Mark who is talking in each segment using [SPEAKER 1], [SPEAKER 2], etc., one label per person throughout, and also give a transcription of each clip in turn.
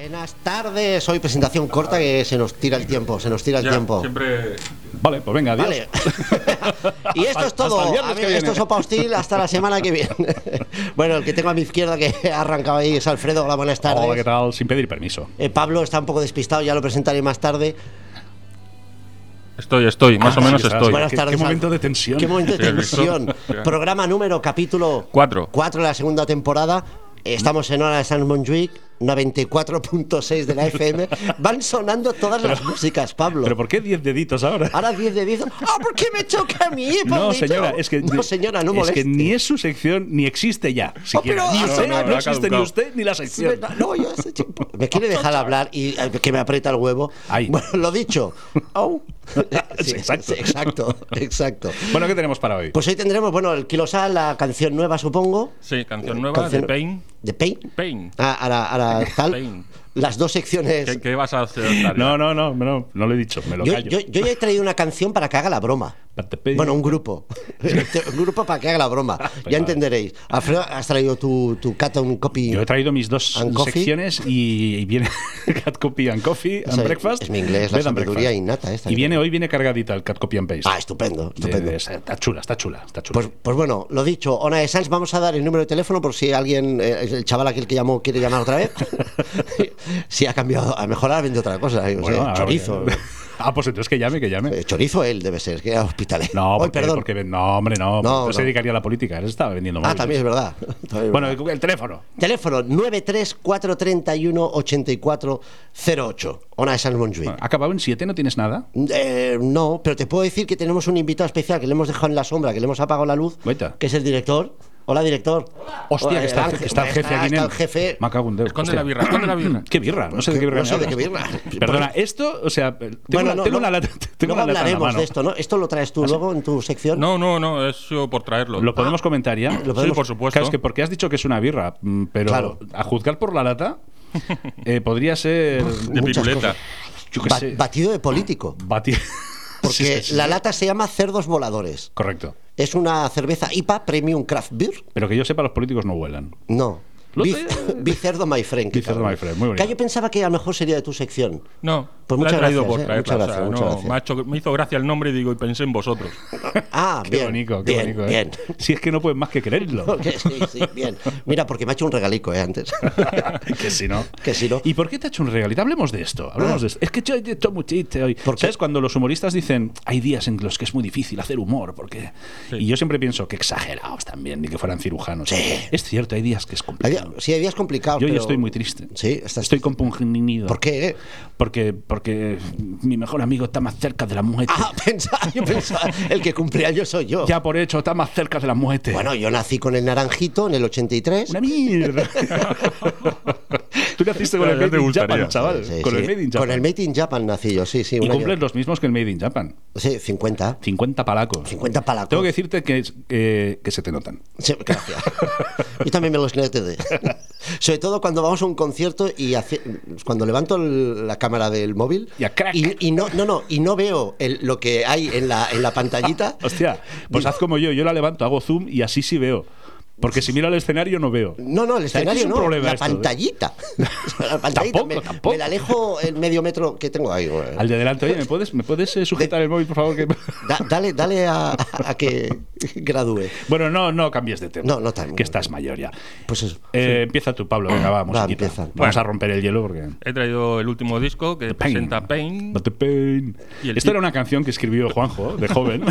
[SPEAKER 1] Buenas tardes, hoy presentación corta que se nos tira el tiempo, se nos tira el
[SPEAKER 2] Ya,
[SPEAKER 1] tiempo.
[SPEAKER 2] Siempre.
[SPEAKER 3] Vale, pues venga, adiós.
[SPEAKER 1] Vale. y esto
[SPEAKER 3] Hasta-
[SPEAKER 1] es todo.
[SPEAKER 3] hasta el viernes
[SPEAKER 1] A mí,
[SPEAKER 3] que viene.
[SPEAKER 1] esto es sopa hostil hasta la semana que viene. bueno, el que tengo a mi izquierda que ha arrancado ahí es Alfredo. Hola, buenas tardes.
[SPEAKER 3] Hola, ¿qué tal? Sin pedir permiso.
[SPEAKER 1] Eh, Pablo está un poco despistado, ya lo presentaré más tarde.
[SPEAKER 2] Estoy, estoy,
[SPEAKER 1] Ah,
[SPEAKER 2] más o menos
[SPEAKER 3] Quizás.
[SPEAKER 2] estoy.
[SPEAKER 1] Buenas
[SPEAKER 3] Qué-
[SPEAKER 1] tardes,
[SPEAKER 3] Qué momento
[SPEAKER 1] Alba.
[SPEAKER 3] de tensión.
[SPEAKER 1] Qué momento de
[SPEAKER 2] Sí, ¿has visto?
[SPEAKER 1] tensión.
[SPEAKER 2] Sí.
[SPEAKER 1] Programa número, capítulo
[SPEAKER 2] Cuatro.
[SPEAKER 1] 4 de la segunda temporada. Estamos en hora de San Montjuic, 94.6 de la FM. Van sonando todas las músicas, Pablo.
[SPEAKER 3] ¿Pero por qué 10 deditos ahora?
[SPEAKER 1] Ahora 10 de 10. ¡Ah, por qué me choca a mí,
[SPEAKER 3] No,
[SPEAKER 1] Pablito?
[SPEAKER 3] señora, es que,
[SPEAKER 1] No, señora, no
[SPEAKER 3] es
[SPEAKER 1] moleste.
[SPEAKER 3] que ni es su sección ni existe ya. siquiera.
[SPEAKER 1] pero-
[SPEAKER 3] Ni
[SPEAKER 1] no,
[SPEAKER 3] usted,
[SPEAKER 1] no,
[SPEAKER 3] no,
[SPEAKER 2] no, ha
[SPEAKER 3] existe ni
[SPEAKER 2] caducado.
[SPEAKER 3] usted ni la
[SPEAKER 1] Sí,
[SPEAKER 3] sección.
[SPEAKER 1] verdad. No, yo ese chico- Me quiere dejar hablar y eh, que me aprieta el huevo.
[SPEAKER 3] Ay.
[SPEAKER 1] Bueno, lo dicho. Au. Sí,
[SPEAKER 3] Exacto.
[SPEAKER 1] sí, exacto, exacto.
[SPEAKER 3] Bueno, ¿qué tenemos para hoy?
[SPEAKER 1] Pues hoy tendremos, bueno, el Kilosal, la canción nueva, supongo.
[SPEAKER 2] Sí, canción nueva
[SPEAKER 1] eh, Canción-
[SPEAKER 2] de Pain.
[SPEAKER 1] ¿De Pain?
[SPEAKER 2] Pain.
[SPEAKER 1] Ah, a la, a la tal.
[SPEAKER 2] Pain.
[SPEAKER 1] Las dos secciones.
[SPEAKER 2] ¿Qué, qué vas a hacer? Daria?
[SPEAKER 3] No, no, no, no, no lo he dicho, me lo
[SPEAKER 1] Yo,
[SPEAKER 3] callo.
[SPEAKER 1] yo, yo ya he traído una canción para que haga la broma. Bueno, un grupo. un grupo para que haga la broma.
[SPEAKER 3] Ah, pues
[SPEAKER 1] Ya entenderéis. Alfredo, has traído tu, tu cata, un copy.
[SPEAKER 3] Yo he traído mis dos
[SPEAKER 1] And coffee.
[SPEAKER 3] secciones y, y viene Cat Copy and Coffee and
[SPEAKER 1] Eso es-
[SPEAKER 3] Breakfast.
[SPEAKER 1] es mi inglés, la
[SPEAKER 3] Bed and
[SPEAKER 1] sabiduría
[SPEAKER 3] breakfast.
[SPEAKER 1] innata esta
[SPEAKER 3] Y
[SPEAKER 1] que
[SPEAKER 3] viene hoy viene cargadita el Cat Copy and Paste.
[SPEAKER 1] Ah, estupendo,
[SPEAKER 3] De-
[SPEAKER 1] estupendo.
[SPEAKER 3] de- está chula, está chula, está chula.
[SPEAKER 1] Pues, pues bueno, lo dicho, Ona de Sanz, vamos a dar el número de teléfono por si alguien, eh, el chaval aquel que llamó, quiere llamar otra vez. si ha cambiado, a lo mejor ahora vende otra cosa, yo qué sé,
[SPEAKER 3] ahora-
[SPEAKER 1] chorizo.
[SPEAKER 3] ah, pues entonces que llame, que llame.
[SPEAKER 1] Eh, chorizo él debe ser, que era hospitalero.
[SPEAKER 3] No,
[SPEAKER 1] Ay,
[SPEAKER 3] porque,
[SPEAKER 1] perdón.
[SPEAKER 3] porque- no, hombre, no.
[SPEAKER 1] No,
[SPEAKER 3] no se
[SPEAKER 1] no.
[SPEAKER 3] dedicaría a la política. Él estaba vendiendo
[SPEAKER 1] Ah,
[SPEAKER 3] móviles.
[SPEAKER 1] también es verdad. También es
[SPEAKER 3] Bueno,
[SPEAKER 1] verdad.
[SPEAKER 3] el, el teléfono.
[SPEAKER 1] Teléfono 93431-8408. Ona de Sanz Montjuic.
[SPEAKER 3] Acabado en 7, no tienes nada.
[SPEAKER 1] Eh, no, pero te puedo decir que tenemos un invitado especial que le hemos dejado en la sombra, que le hemos apagado la luz,
[SPEAKER 3] Vete.
[SPEAKER 1] que es el director. Hola, director.
[SPEAKER 3] Hostia, que está,
[SPEAKER 1] el
[SPEAKER 3] el,
[SPEAKER 1] ángel-
[SPEAKER 3] que está el jefe aquí.
[SPEAKER 1] está
[SPEAKER 3] nen.
[SPEAKER 1] el jefe.
[SPEAKER 3] Me cago en Dios,
[SPEAKER 2] Esconde
[SPEAKER 3] hostia.
[SPEAKER 2] la birra, esconde la birra.
[SPEAKER 3] ¿Qué birra? No sé de qué birra.
[SPEAKER 1] No
[SPEAKER 3] me
[SPEAKER 1] sé de
[SPEAKER 3] hablas.
[SPEAKER 1] qué birra.
[SPEAKER 3] Perdona, esto, o sea, tengo
[SPEAKER 1] Bueno,
[SPEAKER 3] una,
[SPEAKER 1] no,
[SPEAKER 3] tengo
[SPEAKER 1] no-
[SPEAKER 3] una lata, tengo
[SPEAKER 1] luego
[SPEAKER 3] una lata en la
[SPEAKER 1] hablaremos
[SPEAKER 3] mano.
[SPEAKER 1] de esto, ¿no? Esto lo traes tú luego en tu sección.
[SPEAKER 2] No, no, no, es yo por traerlo.
[SPEAKER 3] Lo podemos comentar ya.
[SPEAKER 1] Lo podemos-
[SPEAKER 2] Sí, por supuesto.
[SPEAKER 3] Claro, es que porque has dicho que es una birra, mm, pero
[SPEAKER 1] Claro.
[SPEAKER 3] a juzgar por la lata, eh, podría ser.
[SPEAKER 2] de
[SPEAKER 1] muchas
[SPEAKER 2] piruleta.
[SPEAKER 1] cosas.
[SPEAKER 3] Yo qué
[SPEAKER 1] Ba-
[SPEAKER 3] sé.
[SPEAKER 1] Batido de político.
[SPEAKER 3] Batir.
[SPEAKER 1] Porque
[SPEAKER 3] Sí, sí, sí.
[SPEAKER 1] la lata se llama Cerdos Voladores.
[SPEAKER 3] Correcto.
[SPEAKER 1] ¿Es una cerveza IPA Premium Craft Beer?
[SPEAKER 3] Pero que yo sepa, los políticos no vuelan.
[SPEAKER 1] No.
[SPEAKER 3] Lo
[SPEAKER 1] Bi-
[SPEAKER 3] sé.
[SPEAKER 1] Bicerdo My Friend. qué
[SPEAKER 3] Bicerdo
[SPEAKER 1] cabrón.
[SPEAKER 3] My Friend, muy bonito.
[SPEAKER 1] Que yo pensaba que a lo mejor sería de tu sección.
[SPEAKER 2] No,
[SPEAKER 1] Pues
[SPEAKER 2] la
[SPEAKER 1] muchas
[SPEAKER 2] he traído
[SPEAKER 1] gracias,
[SPEAKER 2] por
[SPEAKER 1] eh, muchas
[SPEAKER 2] traerla, o sea,
[SPEAKER 1] gracias, muchas
[SPEAKER 2] no,
[SPEAKER 1] gracias.
[SPEAKER 2] me, ha hecho- me hizo gracia el nombre y digo, y pensé en vosotros.
[SPEAKER 1] Ah,
[SPEAKER 3] Qué
[SPEAKER 1] bien,
[SPEAKER 3] bonito, qué
[SPEAKER 1] bien,
[SPEAKER 3] bonito. ¿eh?
[SPEAKER 1] Bien.
[SPEAKER 3] Si es que no puedes más que quererlo.
[SPEAKER 1] Porque sí, sí, bien. Mira, porque me ha hecho un regalico eh, antes.
[SPEAKER 3] que si no.
[SPEAKER 1] Que si no.
[SPEAKER 3] ¿Y por qué te ha hecho un regalito? Hablemos de esto. Hablemos
[SPEAKER 1] Ah.
[SPEAKER 3] de esto. Es que yo he hecho mucho chiste hoy.
[SPEAKER 1] ¿Por qué?
[SPEAKER 3] ¿Sabes? Cuando los humoristas dicen hay días en los que es muy difícil hacer humor, porque.
[SPEAKER 2] Sí.
[SPEAKER 3] Y yo siempre pienso que exagerados también, ni que fueran cirujanos. Es cierto, hay días que es
[SPEAKER 1] Hay
[SPEAKER 3] complicado.
[SPEAKER 1] día- Sí, hay días complicados.
[SPEAKER 3] Yo hoy
[SPEAKER 1] pero-
[SPEAKER 3] estoy muy triste.
[SPEAKER 1] Sí, estás-
[SPEAKER 3] Estoy compungido.
[SPEAKER 1] ¿Por qué? eh?
[SPEAKER 3] Porque, porque mi mejor amigo está más cerca de la muerte.
[SPEAKER 1] Ah, pensaba, yo pensaba, el que cumple años soy yo.
[SPEAKER 3] Ya por hecho, está más cerca de la muerte.
[SPEAKER 1] Bueno, yo nací con el naranjito en el 83.
[SPEAKER 3] Una mierda. Tú naciste con
[SPEAKER 2] Ya,
[SPEAKER 3] el
[SPEAKER 2] ya te
[SPEAKER 3] Made in
[SPEAKER 2] gustaría.
[SPEAKER 3] Japan, chaval.
[SPEAKER 1] Sí,
[SPEAKER 3] con
[SPEAKER 1] sí.
[SPEAKER 3] el Made in
[SPEAKER 1] Con
[SPEAKER 3] Japan.
[SPEAKER 1] el Made in Japan nací yo, sí, sí.
[SPEAKER 3] y
[SPEAKER 1] un año-
[SPEAKER 3] cumples los mismos que el Made in Japan.
[SPEAKER 1] Sí, 50.
[SPEAKER 3] 50 palacos.
[SPEAKER 1] 50 palacos.
[SPEAKER 3] Tengo que decirte que, es- eh, que se te notan.
[SPEAKER 1] Sí, gracias. Yo también me los noté de. Sobre todo cuando vamos a un concierto y hace- cuando levanto el- la cámara del móvil
[SPEAKER 3] Y a crack.
[SPEAKER 1] y no, no, no, y no veo el- lo que hay en la, en la pantallita.
[SPEAKER 3] Hostia, pues haz como yo. Yo la levanto, hago zoom y así sí veo. Porque si miro al escenario no veo.
[SPEAKER 1] No, no, el
[SPEAKER 3] ¿Sabes que es
[SPEAKER 1] escenario
[SPEAKER 3] un
[SPEAKER 1] no,
[SPEAKER 3] problema
[SPEAKER 1] la
[SPEAKER 3] esto, eh?
[SPEAKER 1] pantallita. La pantallita.
[SPEAKER 3] Tampoco,
[SPEAKER 1] me,
[SPEAKER 3] tampoco.
[SPEAKER 1] me la alejo el medio metro que tengo ahí. güey.
[SPEAKER 3] Al de delante, oye, ¿me puedes, ¿me puedes eh, sujetar el móvil, por favor? Que...
[SPEAKER 1] Da- dale dale a, a que gradúe.
[SPEAKER 3] Bueno, no, no cambies de tema.
[SPEAKER 1] No, no tan-
[SPEAKER 3] Que estás mayor ya.
[SPEAKER 1] Pues eso.
[SPEAKER 3] Eh, Empieza tú, Pablo. Venga, vamos.
[SPEAKER 1] Va, empieza.
[SPEAKER 3] Vamos
[SPEAKER 2] Bueno.
[SPEAKER 3] a romper el hielo porque.
[SPEAKER 2] He traído el último disco que
[SPEAKER 3] Pain.
[SPEAKER 2] presenta Pain.
[SPEAKER 3] No te pain.
[SPEAKER 2] Y el
[SPEAKER 3] Esto
[SPEAKER 2] tip-
[SPEAKER 3] era una canción que escribió Juanjo, de joven.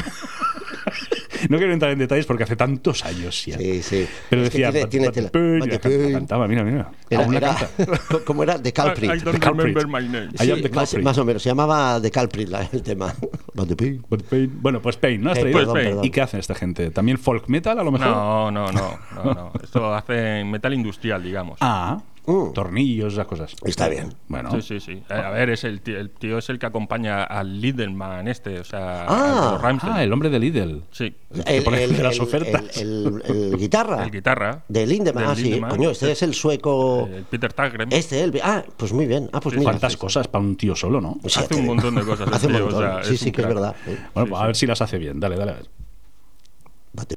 [SPEAKER 3] no quiero entrar en detalles porque hace tantos años ya.
[SPEAKER 1] Sí, sí.
[SPEAKER 3] Pero
[SPEAKER 1] Es que
[SPEAKER 3] decía.
[SPEAKER 1] tiene-
[SPEAKER 3] "Bat-
[SPEAKER 1] tiene
[SPEAKER 3] bat-
[SPEAKER 1] tela.
[SPEAKER 3] pain", y
[SPEAKER 1] Bat-
[SPEAKER 3] la can- la
[SPEAKER 1] pain.
[SPEAKER 3] cantaba, mira, mira. Ah,
[SPEAKER 1] Era-
[SPEAKER 3] Aún la
[SPEAKER 1] era-
[SPEAKER 3] canta.
[SPEAKER 1] ¿Cómo era? The Culprit.
[SPEAKER 2] I- I don't
[SPEAKER 3] The culprit.
[SPEAKER 2] remember my name.
[SPEAKER 3] I am
[SPEAKER 1] Sí,
[SPEAKER 3] the
[SPEAKER 1] más,
[SPEAKER 3] culprit.
[SPEAKER 1] más o menos, se llamaba The Culprit la- el tema. But the pig.
[SPEAKER 3] But pain. Bueno, pues Pain, ¿no? Has
[SPEAKER 1] Eh,
[SPEAKER 3] traído?
[SPEAKER 2] pues Pain.
[SPEAKER 3] ¿Y qué hacen esta gente? ¿También folk metal a lo mejor?
[SPEAKER 2] No, no, no, no, no. Esto hace metal industrial, digamos.
[SPEAKER 3] Ah,
[SPEAKER 1] Mm.
[SPEAKER 3] tornillos, esas cosas.
[SPEAKER 1] Está bien.
[SPEAKER 3] Bueno.
[SPEAKER 2] Sí, sí, sí. Eh, A ver, es el tío, el tío es el que acompaña al Lidlman este, o sea,
[SPEAKER 1] Ah,
[SPEAKER 2] a Ramsey.
[SPEAKER 3] Ah, el hombre de Lidl.
[SPEAKER 2] Sí,
[SPEAKER 3] que pone de las ofertas.
[SPEAKER 1] el- el- el guitarra.
[SPEAKER 2] el guitarra.
[SPEAKER 1] De Lindemann.
[SPEAKER 2] Del
[SPEAKER 1] Ah, sí.
[SPEAKER 2] Lindemann.
[SPEAKER 1] Coño, este es el sueco.
[SPEAKER 2] El Eh, Peter Tagren.
[SPEAKER 1] Este, el. Ah, pues muy bien. Ah, pues mira. Pues,
[SPEAKER 3] ¿Cuántas cosas para un tío solo, no?
[SPEAKER 1] Sí,
[SPEAKER 2] Hace un
[SPEAKER 1] te-
[SPEAKER 2] montón de cosas,
[SPEAKER 1] Hace un
[SPEAKER 2] el tío, o
[SPEAKER 1] montón.
[SPEAKER 2] sea,
[SPEAKER 1] sí,
[SPEAKER 2] es
[SPEAKER 1] sí,
[SPEAKER 2] un
[SPEAKER 1] que es
[SPEAKER 2] crack.
[SPEAKER 1] verdad. sí.
[SPEAKER 3] Bueno,
[SPEAKER 2] Sí,
[SPEAKER 3] pues a
[SPEAKER 2] sí.
[SPEAKER 3] ver si las hace bien. Dale, dale. a ver.
[SPEAKER 1] Bate-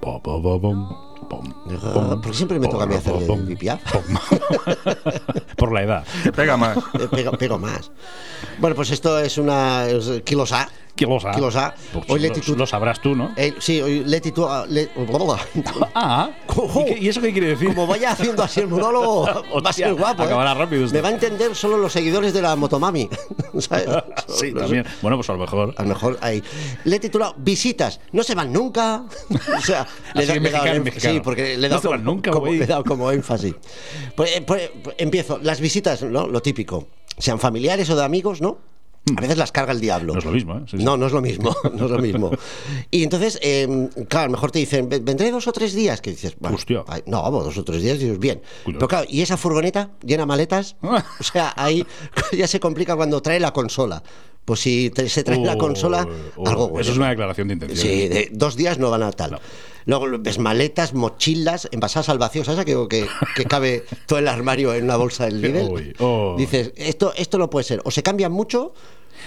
[SPEAKER 3] bo, bom, bom, bom,
[SPEAKER 1] ¿Por qué Ah, siempre me
[SPEAKER 3] bo,
[SPEAKER 1] toca a mí
[SPEAKER 3] bo,
[SPEAKER 1] hacer
[SPEAKER 3] bo,
[SPEAKER 1] de
[SPEAKER 3] bom,
[SPEAKER 1] Edith Piaf?
[SPEAKER 3] bom. Por la edad.
[SPEAKER 2] Te pega más.
[SPEAKER 1] Eh, Pego, pego más. Bueno, pues esto es una. es- Kilos A.
[SPEAKER 3] ¿Quién lo sabe?
[SPEAKER 1] Kilos A.
[SPEAKER 3] Pues
[SPEAKER 1] Hoy le
[SPEAKER 3] lo-
[SPEAKER 1] titu-
[SPEAKER 3] Lo sabrás tú, ¿no?
[SPEAKER 1] eh, sí, hoy le titu- le-
[SPEAKER 3] Ah, ¿y, qué- y eso qué quiere decir?
[SPEAKER 1] Como vaya haciendo así el monólogo, va a ser
[SPEAKER 3] Hostia,
[SPEAKER 1] guapo. ¿eh?
[SPEAKER 3] acabará rápido usted.
[SPEAKER 1] Me va a entender solo los seguidores de la Motomami. ¿sabes?
[SPEAKER 3] sí, también. Bueno, pues a lo mejor.
[SPEAKER 1] A lo mejor ahí. Le he titulado Visitas, no se van nunca. O sea, le he dado- le
[SPEAKER 3] Así,
[SPEAKER 1] he dado
[SPEAKER 3] mexicano,
[SPEAKER 1] énf-
[SPEAKER 3] mexicano.
[SPEAKER 1] Sí, porque le he
[SPEAKER 3] No
[SPEAKER 1] dado,
[SPEAKER 3] se van
[SPEAKER 1] como,
[SPEAKER 3] nunca,
[SPEAKER 1] como-
[SPEAKER 3] güey.
[SPEAKER 1] le he dado como énfasis. Pues, eh, pues, pues, empiezo. Las visitas, ¿no? Lo típico. Sean familiares o de amigos, ¿no? A veces las carga el diablo.
[SPEAKER 3] No es lo mismo, ¿eh? Sí, sí.
[SPEAKER 1] No, no es lo mismo, no es lo mismo. Y entonces, eh, claro, a lo mejor te dicen, "Ven- vendré dos o tres días, que dices, bueno,
[SPEAKER 3] Hostia.
[SPEAKER 1] ay, no, vamos, dos o tres días, dices, bien.
[SPEAKER 3] Cuidado.
[SPEAKER 1] Pero claro, y esa furgoneta llena maletas, o sea, ahí ya se complica cuando trae la consola. Pues si te- se trae la
[SPEAKER 3] Oh,
[SPEAKER 1] consola,
[SPEAKER 3] oh,
[SPEAKER 1] algo bueno.
[SPEAKER 3] Eso es una declaración de intención.
[SPEAKER 1] Sí, de- dos días no van a tal.
[SPEAKER 3] No.
[SPEAKER 1] Luego ves maletas, mochilas, envasadas al vacío, ¿sabes? Que, que, que cabe todo el armario en una bolsa del nivel.
[SPEAKER 3] Uy, oh.
[SPEAKER 1] Dices, esto, esto no puede ser. O se cambian mucho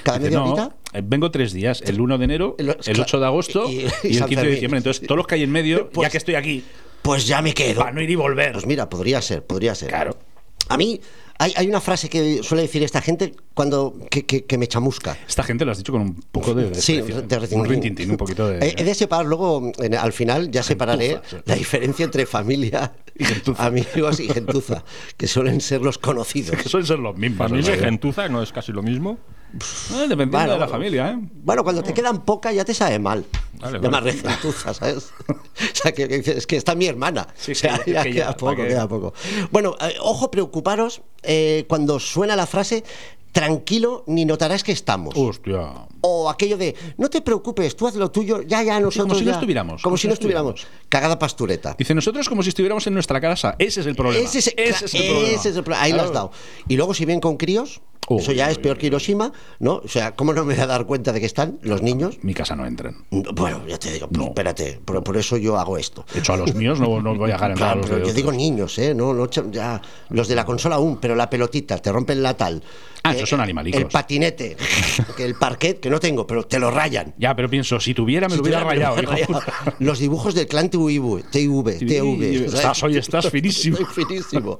[SPEAKER 1] cada
[SPEAKER 3] Dice,
[SPEAKER 1] media
[SPEAKER 3] no,
[SPEAKER 1] horita.
[SPEAKER 3] eh, vengo tres días, el 1 de enero,
[SPEAKER 1] El-
[SPEAKER 3] el,
[SPEAKER 1] claro,
[SPEAKER 3] 8 de agosto
[SPEAKER 1] y- y
[SPEAKER 3] y,
[SPEAKER 1] San
[SPEAKER 3] el 15 de
[SPEAKER 1] Fermín.
[SPEAKER 3] diciembre. Entonces, todos los que hay en medio,
[SPEAKER 1] Pues-
[SPEAKER 3] ya que estoy aquí,
[SPEAKER 1] Pues ya me quedo.
[SPEAKER 3] para no ir y volver.
[SPEAKER 1] Pues mira, podría ser, podría ser.
[SPEAKER 3] Claro.
[SPEAKER 1] A mí hay, hay una frase que suele decir esta gente cuando que, que- que me chamusca.
[SPEAKER 3] Esta gente lo has dicho con un poco de. de-
[SPEAKER 1] Sí,
[SPEAKER 3] de-
[SPEAKER 1] de recintín.
[SPEAKER 3] un rintintín, un poquito de.
[SPEAKER 1] He, he de separar luego, en- al final ya separaré
[SPEAKER 3] Gentuza, sí.
[SPEAKER 1] la diferencia entre familia,
[SPEAKER 3] gentuza.
[SPEAKER 1] amigos y gentuza, que suelen ser los conocidos.
[SPEAKER 3] que suelen ser los mismos.
[SPEAKER 2] Familia
[SPEAKER 3] en
[SPEAKER 2] y
[SPEAKER 3] realidad.
[SPEAKER 2] gentuza no es casi lo mismo.
[SPEAKER 3] Ah, dependiendo
[SPEAKER 1] Bueno,
[SPEAKER 3] de la
[SPEAKER 1] bueno.
[SPEAKER 3] familia, ¿eh?
[SPEAKER 1] Bueno, cuando te quedan pocas ya te sabe mal.
[SPEAKER 2] Vale,
[SPEAKER 1] Llamas
[SPEAKER 2] vale.
[SPEAKER 1] regentuza, ¿sabes? o sea, que, que dices, es que está mi hermana.
[SPEAKER 3] Sí,
[SPEAKER 1] o sea,
[SPEAKER 3] sí,
[SPEAKER 1] ya
[SPEAKER 3] que ya,
[SPEAKER 1] queda
[SPEAKER 3] ¿para
[SPEAKER 1] poco,
[SPEAKER 3] qué?
[SPEAKER 1] queda poco. Bueno, eh, ojo, preocuparos eh, cuando suena la frase tranquilo ni notarás que estamos.
[SPEAKER 3] Hostia.
[SPEAKER 1] O aquello de, no te preocupes, tú haz lo tuyo, ya, ya, nosotros.
[SPEAKER 3] como si no
[SPEAKER 1] ya".
[SPEAKER 3] estuviéramos,
[SPEAKER 1] Como si no estuviéramos. Cagada pastureta.
[SPEAKER 3] Dice, nosotros como si estuviéramos en nuestra casa. Ese es el problema.
[SPEAKER 1] Ese es,
[SPEAKER 3] Ese es el
[SPEAKER 1] ese
[SPEAKER 3] problema.
[SPEAKER 1] es el pro- Ahí lo has dado. Y luego, si bien con críos,
[SPEAKER 3] Uy,
[SPEAKER 1] eso ya es
[SPEAKER 3] uy,
[SPEAKER 1] peor que Hiroshima, ¿no? O sea, ¿cómo no me voy a dar cuenta de que están los niños?
[SPEAKER 3] Mi casa no entran.
[SPEAKER 1] Bueno, ya te digo, pues
[SPEAKER 3] No.
[SPEAKER 1] espérate, por, por eso yo hago esto.
[SPEAKER 3] De hecho, a los míos no, no voy a dejar entrar a
[SPEAKER 1] Claro,
[SPEAKER 3] los
[SPEAKER 1] pero
[SPEAKER 3] de
[SPEAKER 1] yo
[SPEAKER 3] otros.
[SPEAKER 1] digo niños, ¿eh? No, no, cha- ya, los de la consola aún, pero la pelotita, te rompen la tal.
[SPEAKER 3] Ah,
[SPEAKER 1] Eh,
[SPEAKER 3] esos son animalicos.
[SPEAKER 1] El patinete, que el parquet, que no tengo, pero te lo rayan.
[SPEAKER 3] Ya, pero pienso, si tuviera me lo hubiera rayado. hijo
[SPEAKER 1] Rayado.
[SPEAKER 3] puta.
[SPEAKER 1] Los dibujos del clan TV, TV, TV.
[SPEAKER 3] Estás, hoy estás finísimo.
[SPEAKER 1] Estoy finísimo.